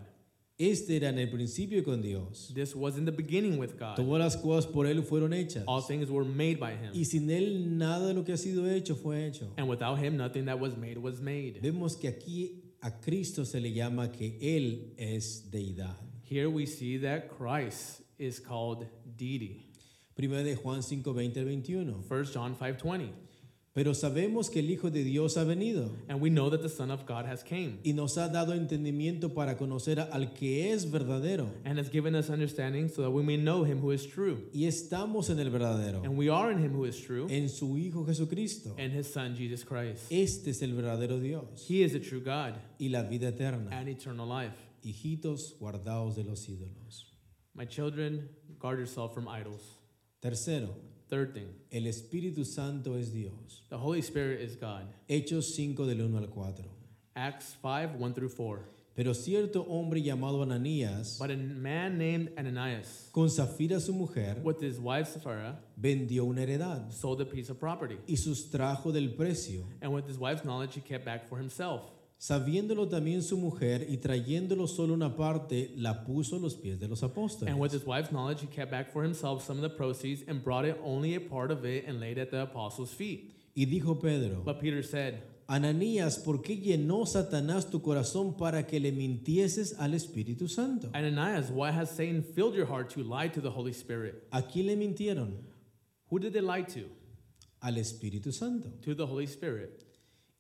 A: Este era en el principio con Dios.
B: This was in the beginning with God.
A: Todas las cosas por Él fueron hechas.
B: All things were made by Him,
A: Y sin Él nada de lo que ha sido hecho fue hecho.
B: and without Him, nothing that was made was made.
A: Vemos que aquí a Cristo se le llama que Él es deidad.
B: Here we see that Christ is called deity.
A: Primero de Juan 5, 20 al 21.
B: 1 John 5:20.
A: Pero sabemos que el Hijo de Dios ha venido
B: And we know that the Son of God has came
A: y nos ha dado entendimiento para conocer al que es verdadero.
B: and has given us understanding so that we may know him who is true.
A: Y estamos en el verdadero,
B: And we are in him who is true
A: en su Hijo Jesucristo.
B: and his son Jesus Christ.
A: Este es el verdadero Dios
B: He is the true God
A: y la vida eterna.
B: and eternal life.
A: Hijitos, guardaos de los ídolos.
B: My children, guard yourself from idols.
A: Tercero,
B: Third thing,
A: el Espíritu Santo es Dios.
B: the Holy Spirit is God.
A: Hechos 5 del 1 al 4.
B: Acts 5, 1 through 4.
A: Pero cierto hombre llamado Ananías,
B: But a man named Ananias,
A: con Zafira su mujer,
B: with his wife Sapphira,
A: vendió una heredad
B: sold a piece of property.
A: y sustrajo del precio,
B: And with his wife's knowledge, he kept back for himself.
A: sabiéndolo también su mujer y trayéndolo solo una parte, la puso a los pies de los apóstoles.
B: And with his wife's knowledge, he kept back for himself some of the proceeds and brought it only a part of it and laid at the apostles' feet.
A: Y dijo Pedro,
B: But Peter said,
A: Ananías, ¿por qué llenó Satanás tu corazón para que le mintieses al Espíritu Santo?
B: Ananias, why has Satan filled your heart to lie to the Holy Spirit?
A: ¿A quién le mintieron?
B: Who did they lie to?
A: Al Espíritu Santo.
B: To the Holy Spirit.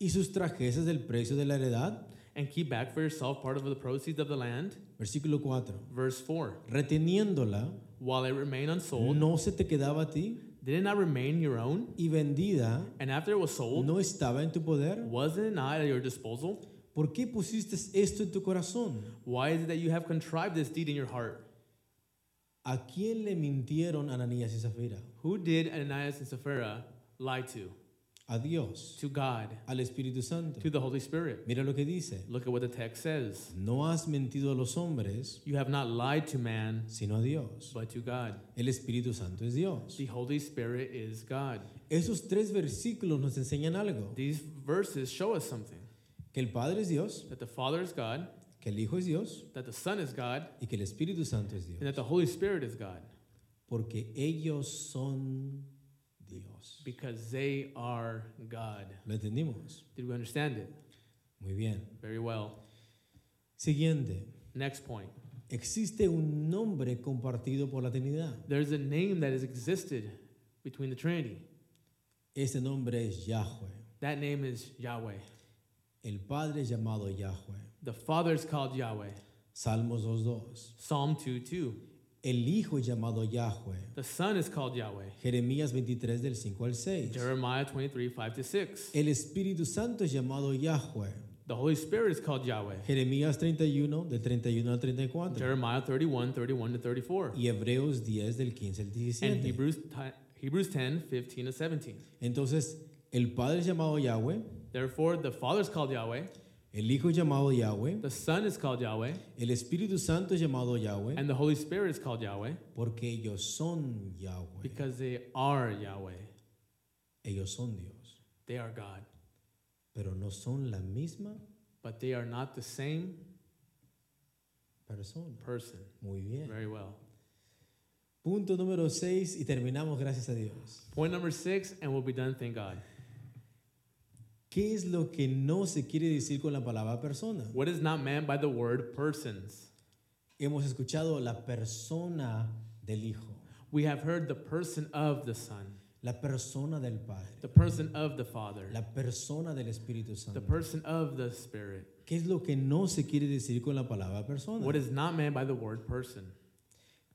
A: ¿Y sus trajeses del precio de la heredad?
B: And keep back for yourself part of the proceeds of the land.
A: Versículo 4.
B: Verse 4.
A: Reteniéndola,
B: While it remained unsold,
A: no se te quedaba a ti
B: did it not remain your own?
A: y vendida,
B: And after it was sold,
A: no estaba en tu poder.
B: was it not at your disposal?
A: ¿Por qué pusiste esto en tu corazón?
B: Why is it that you have contrived this deed in your heart?
A: ¿A quién le mintieron Ananías y Zafira?
B: Who did Ananias and Sapphira lie to?
A: A Dios,
B: To God.
A: al Espíritu Santo.
B: to the Holy Spirit.
A: Mira lo que dice.
B: Look at what the text says.
A: No has mentido a los hombres,
B: You have not lied to man,
A: sino a Dios.
B: but to God.
A: El Espíritu Santo es Dios.
B: The Holy Spirit is God.
A: Esos tres versículos nos enseñan algo.
B: These verses show us something
A: Que el Padre es Dios,
B: that the Father is God,
A: que el Hijo es Dios
B: that the Son is God,
A: y que el Espíritu Santo es Dios.
B: and that the Holy Spirit is God
A: Porque ellos son Dios.
B: because they are God.
A: ¿Lo entendimos?
B: Did we understand it?
A: Muy bien.
B: Very well.
A: Siguiente.
B: Next point
A: Existe un nombre compartido por la Trinidad.
B: there's a name that has existed between the Trinity.
A: Ese nombre es Yahweh.
B: That name is Yahweh.
A: El Padre es llamado Yahweh.
B: The Father is called Yahweh.
A: Salmos 2.2.
B: Psalm 2 2.
A: El Hijo es llamado Yahweh.
B: The Son is called Yahweh.
A: Jeremías 23 del 5 al 6.
B: Jeremiah 23, 5 to 6.
A: El Espíritu Santo es llamado Yahweh.
B: The Holy Spirit is called Yahweh.
A: Jeremías 31 del 31 al 34.
B: Jeremiah 31, 31 to 34.
A: Y Hebreos 10 del 15 al
B: And
A: 17.
B: Hebrews, ti- Hebrews 10, 15 to 17.
A: Entonces, el Padre es llamado Yahweh,
B: Therefore, the Father is called Yahweh,
A: el Hijo es llamado Yahweh,
B: the Son is called Yahweh,
A: el Espíritu Santo es llamado Yahweh,
B: and the Holy Spirit is called Yahweh
A: porque ellos son Yahweh.
B: because they are Yahweh.
A: Ellos son Dios,
B: They are God,
A: pero no son la misma
B: but they are not the same
A: persona.
B: person.
A: Muy bien.
B: Very well.
A: Punto número 6 y terminamos gracias a Dios.
B: Point number six, and we'll be done, thank God.
A: ¿Qué es lo que no se quiere decir con la palabra persona?
B: What is not meant by the word persons?
A: Hemos escuchado la persona del Hijo,
B: We have heard the person of the Son,
A: la persona del Padre,
B: the person of the Father,
A: la persona del Espíritu
B: the
A: Santo.
B: person of the Spirit.
A: ¿Qué es lo que no se quiere decir con la palabra persona?
B: What is not meant by the word person?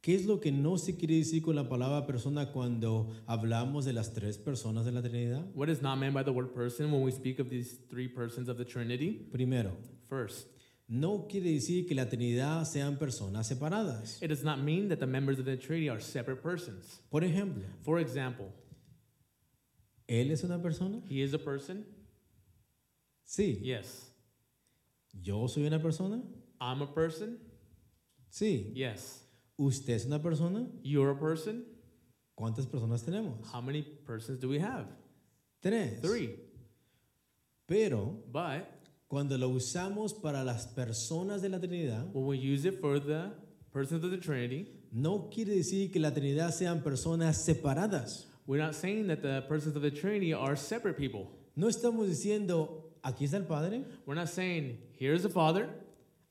A: ¿Qué es lo que no se quiere decir con la palabra persona cuando hablamos de las tres personas de la Trinidad?
B: What is not meant by the word person when we speak of these three persons of the Trinity?
A: Primero,
B: First,
A: no quiere decir que la Trinidad sean personas separadas.
B: it does not mean that the members of the Trinity are separate persons.
A: Por ejemplo,
B: For example,
A: ¿Él es una persona?
B: he is a person?
A: Sí.
B: Yes.
A: ¿Yo soy una persona?
B: I'm a person?
A: Sí.
B: Yes.
A: ¿Usted es una persona?
B: You're a person?
A: ¿Cuántas personas tenemos?
B: How many persons do we have?
A: Tres.
B: Three.
A: Pero
B: But
A: cuando lo usamos para las personas de la Trinidad,
B: when we use it for the persons of the Trinity,
A: no quiere decir que la Trinidad sean personas separadas.
B: we're not saying that the persons of the Trinity are separate people.
A: No estamos diciendo, aquí está el Padre,
B: We're not saying, here's the Father,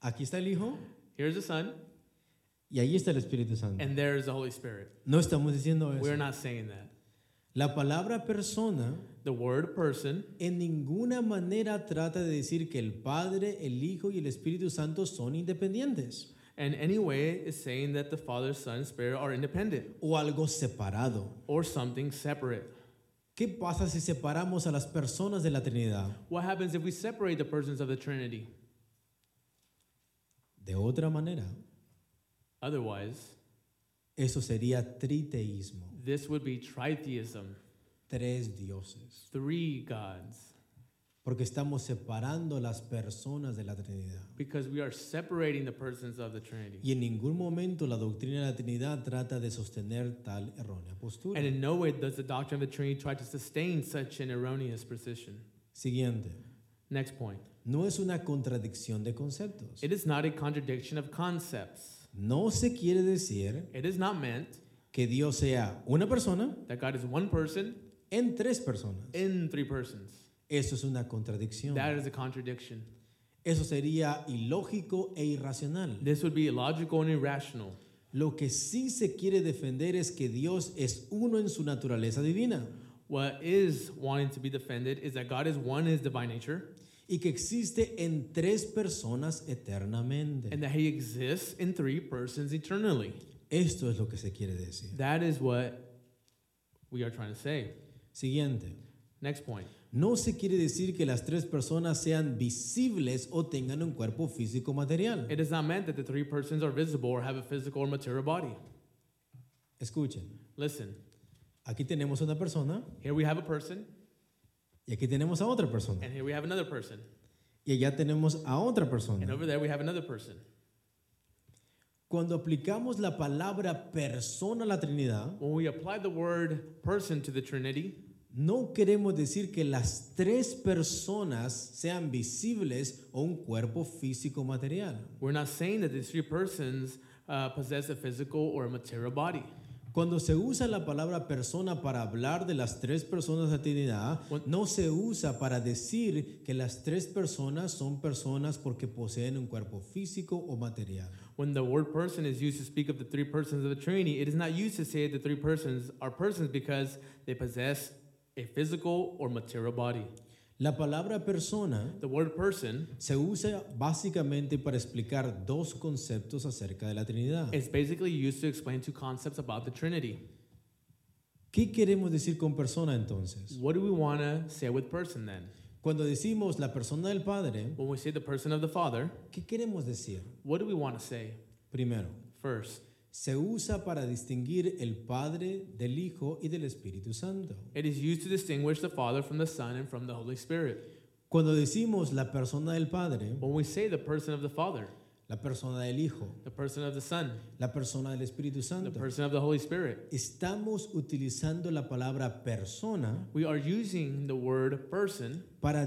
A: aquí está el Hijo
B: here's the Son,
A: y ahí está el Espíritu Santo.
B: and there's the Holy Spirit.
A: No estamos diciendo
B: We're
A: eso.
B: not saying that.
A: La palabra persona
B: The word person
A: en ninguna manera trata de decir que el Padre, el Hijo y el Espíritu Santo son independientes
B: And anyway, is saying that the Father, Son, and Spirit are independent
A: o algo separado.
B: or something separate.
A: ¿Qué pasa si separamos a las personas de la Trinidad?
B: What happens if we separate the persons of the Trinity?
A: De otra manera,
B: Otherwise,
A: eso sería triteísmo,
B: this would be tritheism,
A: tres dioses,
B: three gods,
A: porque estamos separando las personas de la Trinidad.
B: because we are separating the persons of the Trinity.
A: Y en ningún momento la doctrina de la Trinidad trata de sostener tal errónea postura.
B: And in no way does the doctrine of the Trinity try to sustain such an erroneous position.
A: Siguiente,
B: Next point.
A: no es una contradicción de conceptos.
B: It is not a contradiction of concepts.
A: No se quiere decir
B: It is not meant
A: que Dios sea una persona
B: that God is one person
A: en tres personas.
B: in three persons.
A: Eso es una contradicción.
B: That is a contradiction.
A: Eso sería ilógico e irracional.
B: This would be illogical and irrational.
A: Lo que sí se quiere defender es que Dios es uno en su naturaleza divina
B: What is wanting to be defended is that God is one in his divine nature
A: y que existe en tres personas eternamente.
B: and that he exists in three persons eternally.
A: Esto es lo que se quiere decir.
B: That is what we are trying to say.
A: Siguiente.
B: Next point.
A: No se quiere decir que las tres personas sean visibles o tengan un cuerpo físico material.
B: It is not meant that the three persons are visible or have a physical or material body.
A: Escuchen,
B: Listen,
A: aquí tenemos una persona
B: here we have a person
A: y aquí tenemos a otra persona.
B: and here we have another person.
A: Y allá tenemos a otra
B: And
A: persona.
B: over there we have another person.
A: Cuando aplicamos la palabra persona a la Trinidad,
B: When we apply the word person to the Trinity,
A: no queremos decir que las tres personas sean visibles o un cuerpo físico material.
B: we're not saying that these three persons uh, possess a physical or a material body.
A: Cuando se usa la palabra persona para hablar de las tres personas de la Trinidad,
B: Cuan-
A: no se usa para decir que las tres personas son personas porque poseen un cuerpo físico o material.
B: When the word person is used to speak of the three persons of the Trinity, it is not used to say the three persons are persons because they possess a physical or material body.
A: La palabra persona
B: The word person
A: se usa básicamente para explicar dos conceptos acerca de la Trinidad.
B: is basically used to explain two concepts about the Trinity.
A: ¿Qué queremos decir con persona entonces?
B: What do we want to say with person then?
A: Cuando decimos la persona del Padre,
B: When we say the person of the Father,
A: ¿qué queremos decir?
B: what do we want to say
A: Primero,
B: first?
A: se usa para distinguir el Padre del Hijo y del Espíritu Santo.
B: It is used to distinguish the Father from the Son and from the Holy Spirit.
A: Cuando decimos la persona del Padre,
B: When we say the person of the Father,
A: la persona del Hijo,
B: the person of the Son,
A: la persona del Espíritu
B: the
A: Santo,
B: person of the Holy Spirit,
A: estamos utilizando la palabra persona
B: we are using the word person
A: para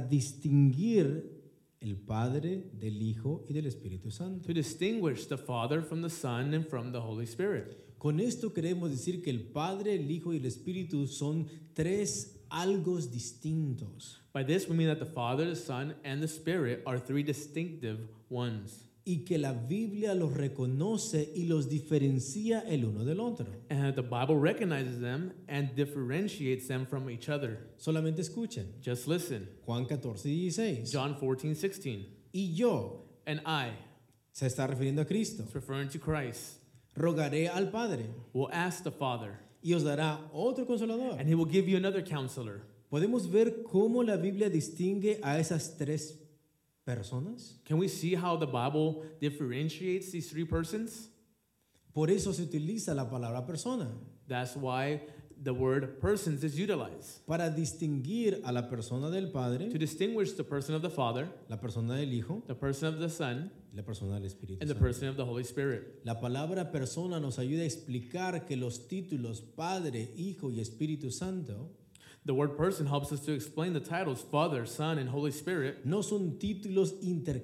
A: distinguir el Padre del Hijo y del Espíritu Santo.
B: to distinguish the Father from the Son and from the Holy Spirit.
A: Con esto queremos decir que el Padre, el Hijo y el Espíritu son tres algo distintos
B: By this, we mean that the Father, the Son, and the Spirit are three distinctive ones,
A: y que la Biblia los reconoce y los diferencia el uno del otro.
B: and that the Bible recognizes them and differentiates them from each other.
A: Solamente escuchen.
B: Just listen.
A: Juan 14, 16.
B: John 14, 16.
A: Y yo,
B: And I,
A: se está refiriendo a Cristo,
B: it's referring to Christ,
A: rogaré al Padre
B: will ask the Father,
A: y os dará otro consolador.
B: and he will give you another counselor.
A: ¿Podemos ver cómo la Biblia distingue a esas tres personas?
B: Can we see how the Bible differentiates these three persons?
A: Por eso se utiliza la palabra persona,
B: That's why the word persons is utilized
A: para distinguir a la persona del
B: to
A: Padre,
B: distinguish the person of the Father,
A: la persona del Hijo,
B: the person of the Son,
A: la persona del Espíritu
B: and the
A: Santo.
B: person of the Holy Spirit.
A: La palabra persona nos ayuda a explicar que los títulos Padre, Hijo y Espíritu Santo
B: The word person helps us to explain the titles Father, Son, and Holy Spirit
A: no son títulos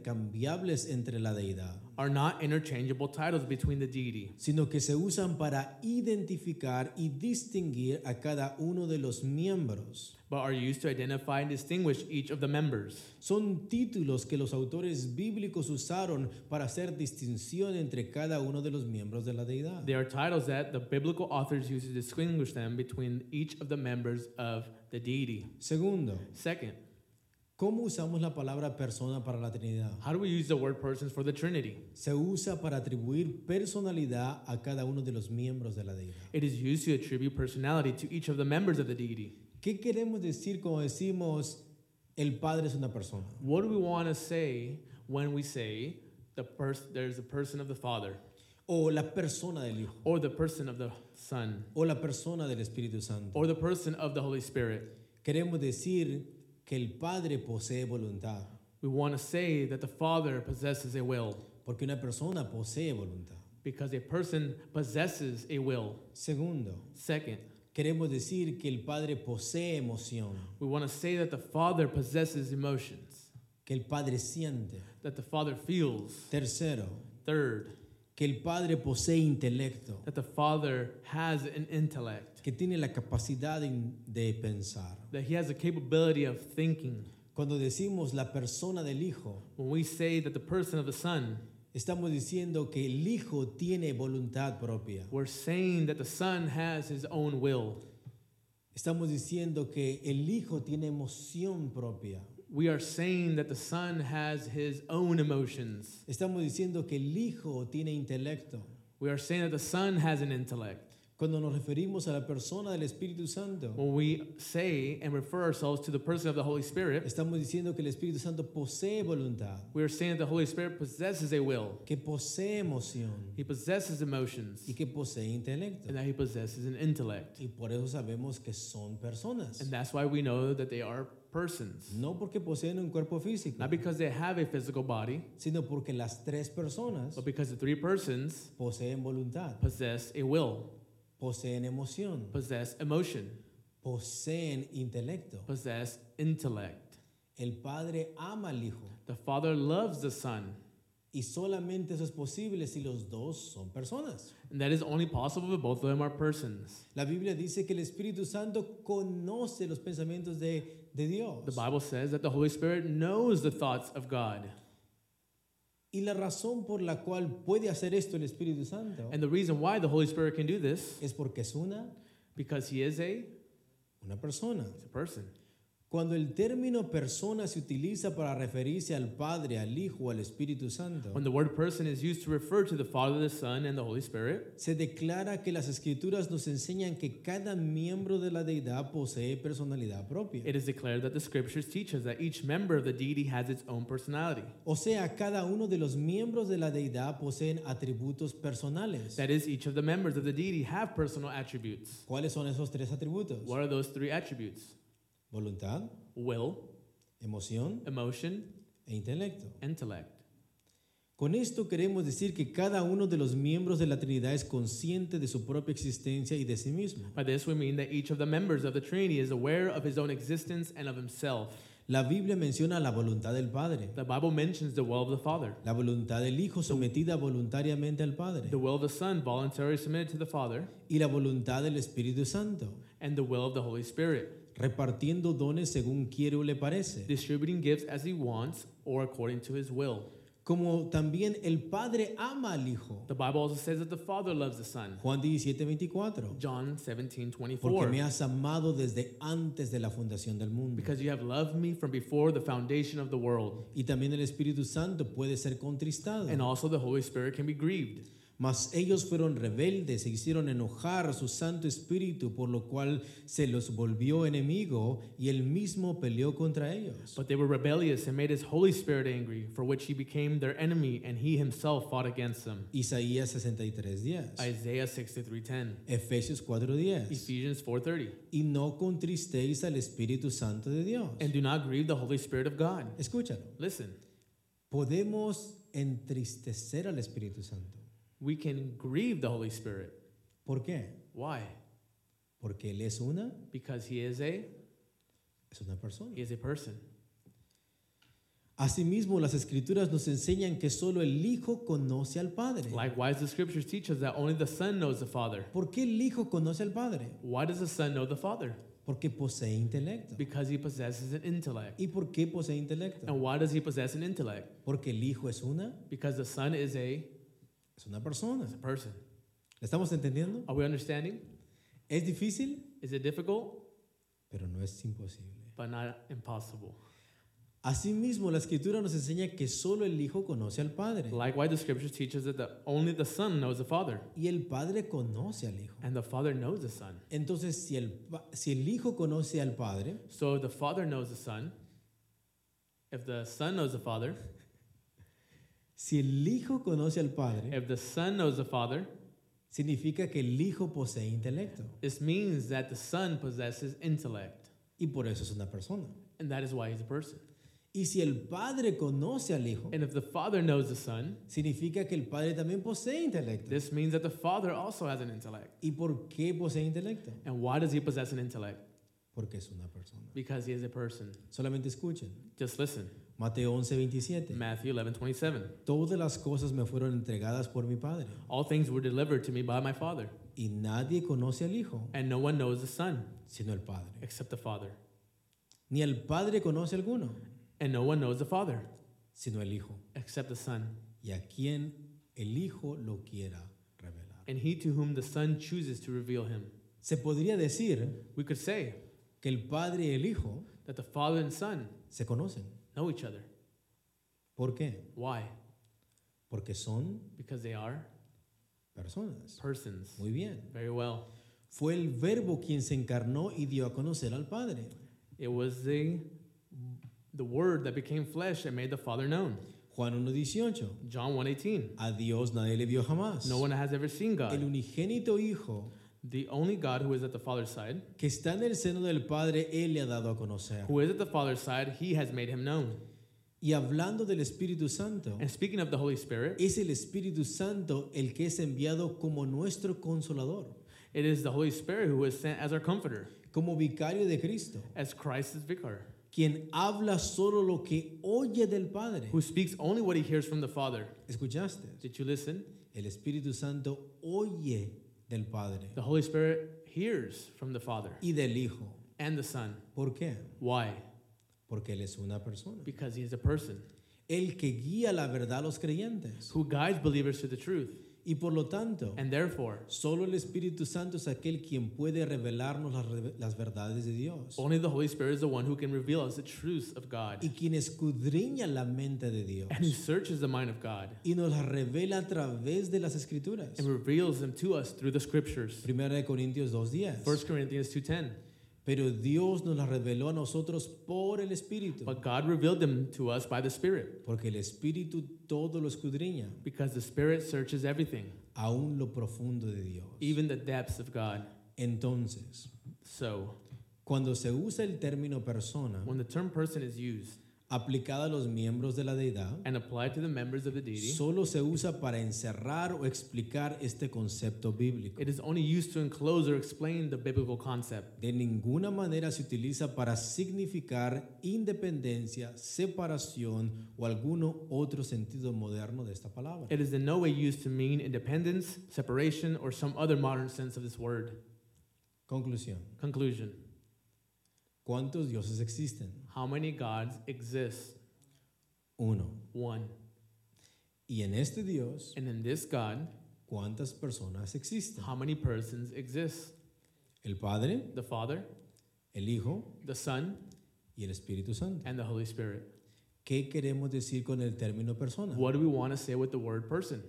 A: intercambiables entre la deidad,
B: are not interchangeable titles between the deity,
A: sino que se usan para identificar y distinguir a cada uno de los miembros.
B: but are used to identify and distinguish each of the members.
A: Son títulos que los autores bíblicos usaron para hacer distinción entre cada uno de los miembros de la deidad.
B: They are titles that the biblical authors use to distinguish them between each of the members of the deity.
A: Segundo,
B: Second,
A: ¿cómo usamos la palabra persona para la Trinidad?
B: how do we use the word persons for the Trinity?
A: Se usa para atribuir personalidad a cada uno de los miembros de la deidad.
B: It is used to attribute personality to each of the members of the deity.
A: ¿Qué queremos decir cuando decimos el Padre es una persona?
B: What do we want to say when we say the pers- there's a person of the Father
A: O la persona del Hijo.
B: or the person of the Son
A: O la persona del Espíritu Santo.
B: or the person of the Holy Spirit?
A: Queremos decir que el Padre posee voluntad,
B: We want to say that the Father possesses a will
A: porque una persona posee voluntad.
B: because a person possesses a will.
A: Segundo,
B: Second,
A: queremos decir que el Padre posee emoción,
B: we want to say that the Father possesses emotions.
A: que el Padre siente.
B: that the Father feels.
A: Tercero,
B: Third,
A: que el Padre posee intelecto,
B: that the Father has an intellect,
A: que tiene la capacidad de, de pensar.
B: that he has a capability of thinking.
A: Cuando decimos la persona del Hijo,
B: When we say that the person of the Son,
A: estamos diciendo que el Hijo tiene voluntad propia.
B: we're saying that the Son has his own will.
A: Estamos diciendo que el Hijo tiene emoción propia.
B: We are saying that the Son has his own emotions.
A: Estamos diciendo que el Hijo tiene intelecto.
B: We are saying that the Son has an intellect.
A: Cuando nos referimos a la persona del Espíritu Santo,
B: When we say and refer ourselves to the person of the Holy Spirit,
A: estamos diciendo que el Espíritu Santo posee voluntad,
B: we are saying that the Holy Spirit possesses a will,
A: que posee emoción
B: he possesses emotions,
A: y que posee intelecto.
B: and that he possesses an intellect.
A: Y por eso sabemos que son personas.
B: And that's why we know that they are persons.
A: No porque poseen un cuerpo físico,
B: Not because they have a physical body,
A: sino porque las tres personas
B: but because the three persons
A: poseen voluntad,
B: possess a will,
A: poseen emoción,
B: possess emotion,
A: poseen intelecto.
B: possess intellect.
A: El Padre ama al Hijo.
B: The Father loves the Son,
A: Y solamente eso es posible si los dos son personas.
B: and that is only possible if both of them are persons.
A: La Biblia dice que el Espíritu Santo conoce los pensamientos de, de Dios.
B: The Bible says that the Holy Spirit knows the thoughts of God.
A: Y la razón por la cual puede hacer esto el Espíritu Santo
B: And the reason why the Holy Spirit can do this,
A: es porque es una,
B: because he is a,
A: una persona.
B: he's a person.
A: Cuando el término persona se utiliza para referirse al Padre, al Hijo, al Espíritu Santo,
B: When the word person is used to refer to the Father, the Son, and the Holy Spirit,
A: se declara que las escrituras nos enseñan que cada miembro de la deidad posee personalidad propia.
B: it is declared that the scriptures teach us that each member of the deity has its own personality.
A: O sea, cada uno de los miembros de la deidad poseen atributos personales.
B: That is, each of the members of the deity have personal attributes.
A: ¿Cuáles son esos tres atributos?
B: What are those three attributes?
A: Voluntad,
B: Will,
A: emoción
B: emotion,
A: e intelecto.
B: intellect.
A: Con esto queremos decir que cada uno de los miembros de la Trinidad es consciente de su propia existencia y de sí mismo.
B: By this, we mean that each of the members of the Trinity is aware of his own existence and of himself.
A: La Biblia menciona la voluntad del Padre,
B: The Bible mentions the will of the Father,
A: la voluntad del Hijo sometida voluntariamente al Padre
B: the will of the Son, voluntarily submitted to the Father,
A: y la voluntad del Espíritu Santo,
B: and the will of the Holy Spirit,
A: repartiendo dones según quiere o le parece.
B: distributing gifts as he wants or according to his will.
A: Como también el Padre ama al Hijo.
B: The Bible also says that the Father loves the Son.
A: Juan 17, 24.
B: John 17
A: Porque me
B: 24.
A: has amado desde antes de la fundación del mundo.
B: Because you have loved me from before the foundation of the world.
A: Y también el Espíritu Santo puede ser contristado.
B: And also the Holy Spirit can be grieved.
A: Mas ellos fueron rebeldes, se hicieron enojar a su Santo Espíritu, por lo cual se los volvió enemigo y él mismo peleó contra ellos.
B: But they were rebellious and made his Holy Spirit angry, for which he became their enemy, and he himself fought against them.
A: Isaías 63:10.
B: Isaiah 63:10,
A: Efesios 4:10.
B: Ephesians 4:30.
A: Y no contristéis al Espíritu Santo de Dios.
B: And do not grieve the Holy Spirit of God.
A: Escúchalo.
B: Listen,
A: Podemos entristecer al Espíritu Santo.
B: we can grieve the Holy Spirit.
A: ¿Por qué?
B: Why?
A: Porque él es una
B: Because he is a
A: es una persona.
B: he is a person.
A: Asimismo, las escrituras nos enseñan que solo el Hijo conoce al Padre.
B: Likewise, the scriptures teach us that only the Son knows the Father.
A: ¿Por qué el Hijo conoce al Padre?
B: Why does the Son know the Father?
A: Porque posee intelecto.
B: Because he possesses an intellect.
A: ¿Y por qué posee intelecto?
B: And why does he possess an intellect?
A: Porque el Hijo es una
B: Because the Son is a
A: es una persona.
B: person.
A: ¿La estamos entendiendo?
B: Are we understanding?
A: Es difícil,
B: Is it difficult?
A: pero no es imposible.
B: But not impossible.
A: Asimismo, la escritura nos enseña que solo el Hijo conoce al Padre.
B: Likewise, the scriptures teach us that the, only the Son knows the Father,
A: Y el Padre conoce al Hijo.
B: and the Father knows the Son.
A: Entonces, si el, pa- si el Hijo conoce al Padre,
B: So if the Father knows the Son, if the Son knows the Father,
A: si el Hijo conoce al Padre,
B: if the Son knows the Father,
A: significa que el Hijo posee intelecto.
B: this means that the Son possesses intellect,
A: Y por eso es una persona.
B: and that is why he's a person.
A: Y si el Padre conoce al Hijo,
B: And if the Father knows the Son,
A: significa que el Padre también posee intelecto.
B: this means that the Father also has an intellect.
A: ¿Y por qué posee intelecto?
B: And why does he possess an intellect?
A: Porque es una persona.
B: Because he is a person.
A: Solamente escuchen.
B: Just listen.
A: Mateo 11, 27.
B: Matthew 11, 27.
A: Todas las cosas me fueron entregadas por mi Padre.
B: All things were delivered to me by my Father,
A: Y nadie conoce al Hijo,
B: and no one knows the Son
A: sino el Padre.
B: except the Father.
A: Ni el Padre conoce a alguno,
B: And no one knows the Father
A: sino el Hijo.
B: except the Son,
A: Y a quien el Hijo lo quiera revelar.
B: and he to whom the Son chooses to reveal him.
A: Se podría decir
B: We could say
A: que el Padre y el Hijo
B: that the Father and Son
A: se conocen.
B: know each other.
A: ¿Por qué?
B: Why?
A: Porque son
B: Because they are
A: personas.
B: persons.
A: Muy bien.
B: Very well.
A: Fue el verbo quien se encarnó y dio a conocer al Padre.
B: It was the the Word that became flesh and made the Father known.
A: Juan 1.18.
B: John 1:18.
A: A Dios nadie le vio jamás.
B: No one has ever seen
A: El
B: God.
A: unigénito Hijo
B: The only God who is at the Father's side,
A: que está en el seno del Padre, Él le ha dado a conocer.
B: who is at the Father's side, he has made him known.
A: Y hablando del Espíritu Santo,
B: And speaking of the Holy Spirit,
A: es el Espíritu Santo el que es enviado como nuestro consolador,
B: It is the Holy Spirit who is sent as our comforter,
A: como vicario de Cristo,
B: as Christ's vicar,
A: quien habla solo lo que oye del Padre.
B: who speaks only what he hears from the Father.
A: ¿Escuchaste?
B: Did you listen?
A: El Espíritu Santo oye del Padre
B: The Holy Spirit hears from the Father
A: y del Hijo.
B: and the Son.
A: ¿Por qué?
B: Why?
A: Porque Él es una persona.
B: Because he is a person
A: El que guía la verdad a los creyentes
B: who guides believers to the truth
A: Y por lo tanto,
B: And therefore,
A: solo el Espíritu Santo es aquel quien puede revelarnos las, reve- las verdades de Dios
B: only the Holy Spirit is the one who can reveal us the truths of God
A: y quien escudriña la mente de Dios
B: and who searches the mind of God
A: y nos las revela a través de las Escrituras.
B: and reveals them to us through the scriptures.
A: Primera de Corintios 2.10.
B: 1 Corinthians 2:10.
A: Pero Dios nos las reveló a nosotros por el Espíritu,
B: But God revealed them to us by the Spirit
A: porque el Espíritu todo lo escudriña,
B: because the Spirit searches everything,
A: aún lo profundo de Dios.
B: even the depths of God.
A: Entonces,
B: So,
A: Cuando se usa el término persona
B: when the term person is used
A: aplicada a los miembros de la deidad,
B: and applied to the members of the deity,
A: solo se usa para encerrar o explicar este concepto bíblico.
B: it is only used to enclose or explain the biblical concept.
A: De ninguna manera se utiliza para significar independencia, separación o alguno otro sentido moderno de esta palabra.
B: It is in no way used to mean independence, separation, or some other modern sense of this word.
A: Conclusión.
B: Conclusion
A: ¿Cuántos dioses existen?
B: How many gods exist?
A: Uno.
B: One.
A: Y en este Dios,
B: And in this God,
A: ¿cuántas personas existen?
B: how many persons exist?
A: El Padre,
B: The Father,
A: el Hijo
B: the Son,
A: y el Espíritu Santo.
B: and the Holy Spirit.
A: ¿Qué queremos decir con el término persona?
B: What do we want to say with the word person?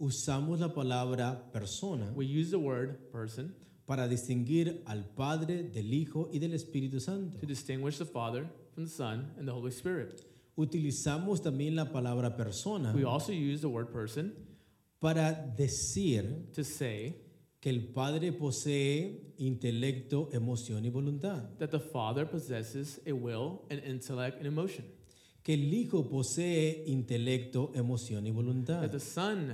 A: Usamos la palabra persona
B: We use the word person
A: para distinguir al Padre, del Hijo y del Espíritu Santo.
B: to distinguish the Father from the Son and the Holy Spirit.
A: Utilizamos también la palabra persona
B: We also use the word person
A: para decir
B: to say
A: que el Padre posee intelecto, emoción y voluntad,
B: that the Father possesses a will, an intellect, and emotion,
A: que el Hijo posee intelecto, emoción y voluntad,
B: that the Son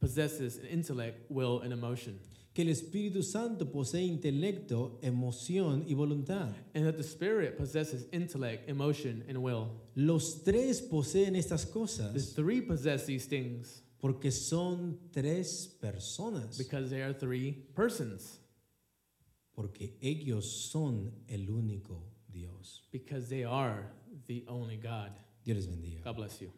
B: possesses an intellect, will, and emotion,
A: que el Espíritu Santo posee intelecto, emoción y voluntad.
B: and that the Spirit possesses intellect, emotion, and will.
A: Los tres poseen estas
B: The
A: cosas
B: three possess these things
A: porque son tres personas.
B: because they are three persons,
A: porque ellos son el único Dios.
B: because they are the only God.
A: Dios les bendiga.
B: God bless you.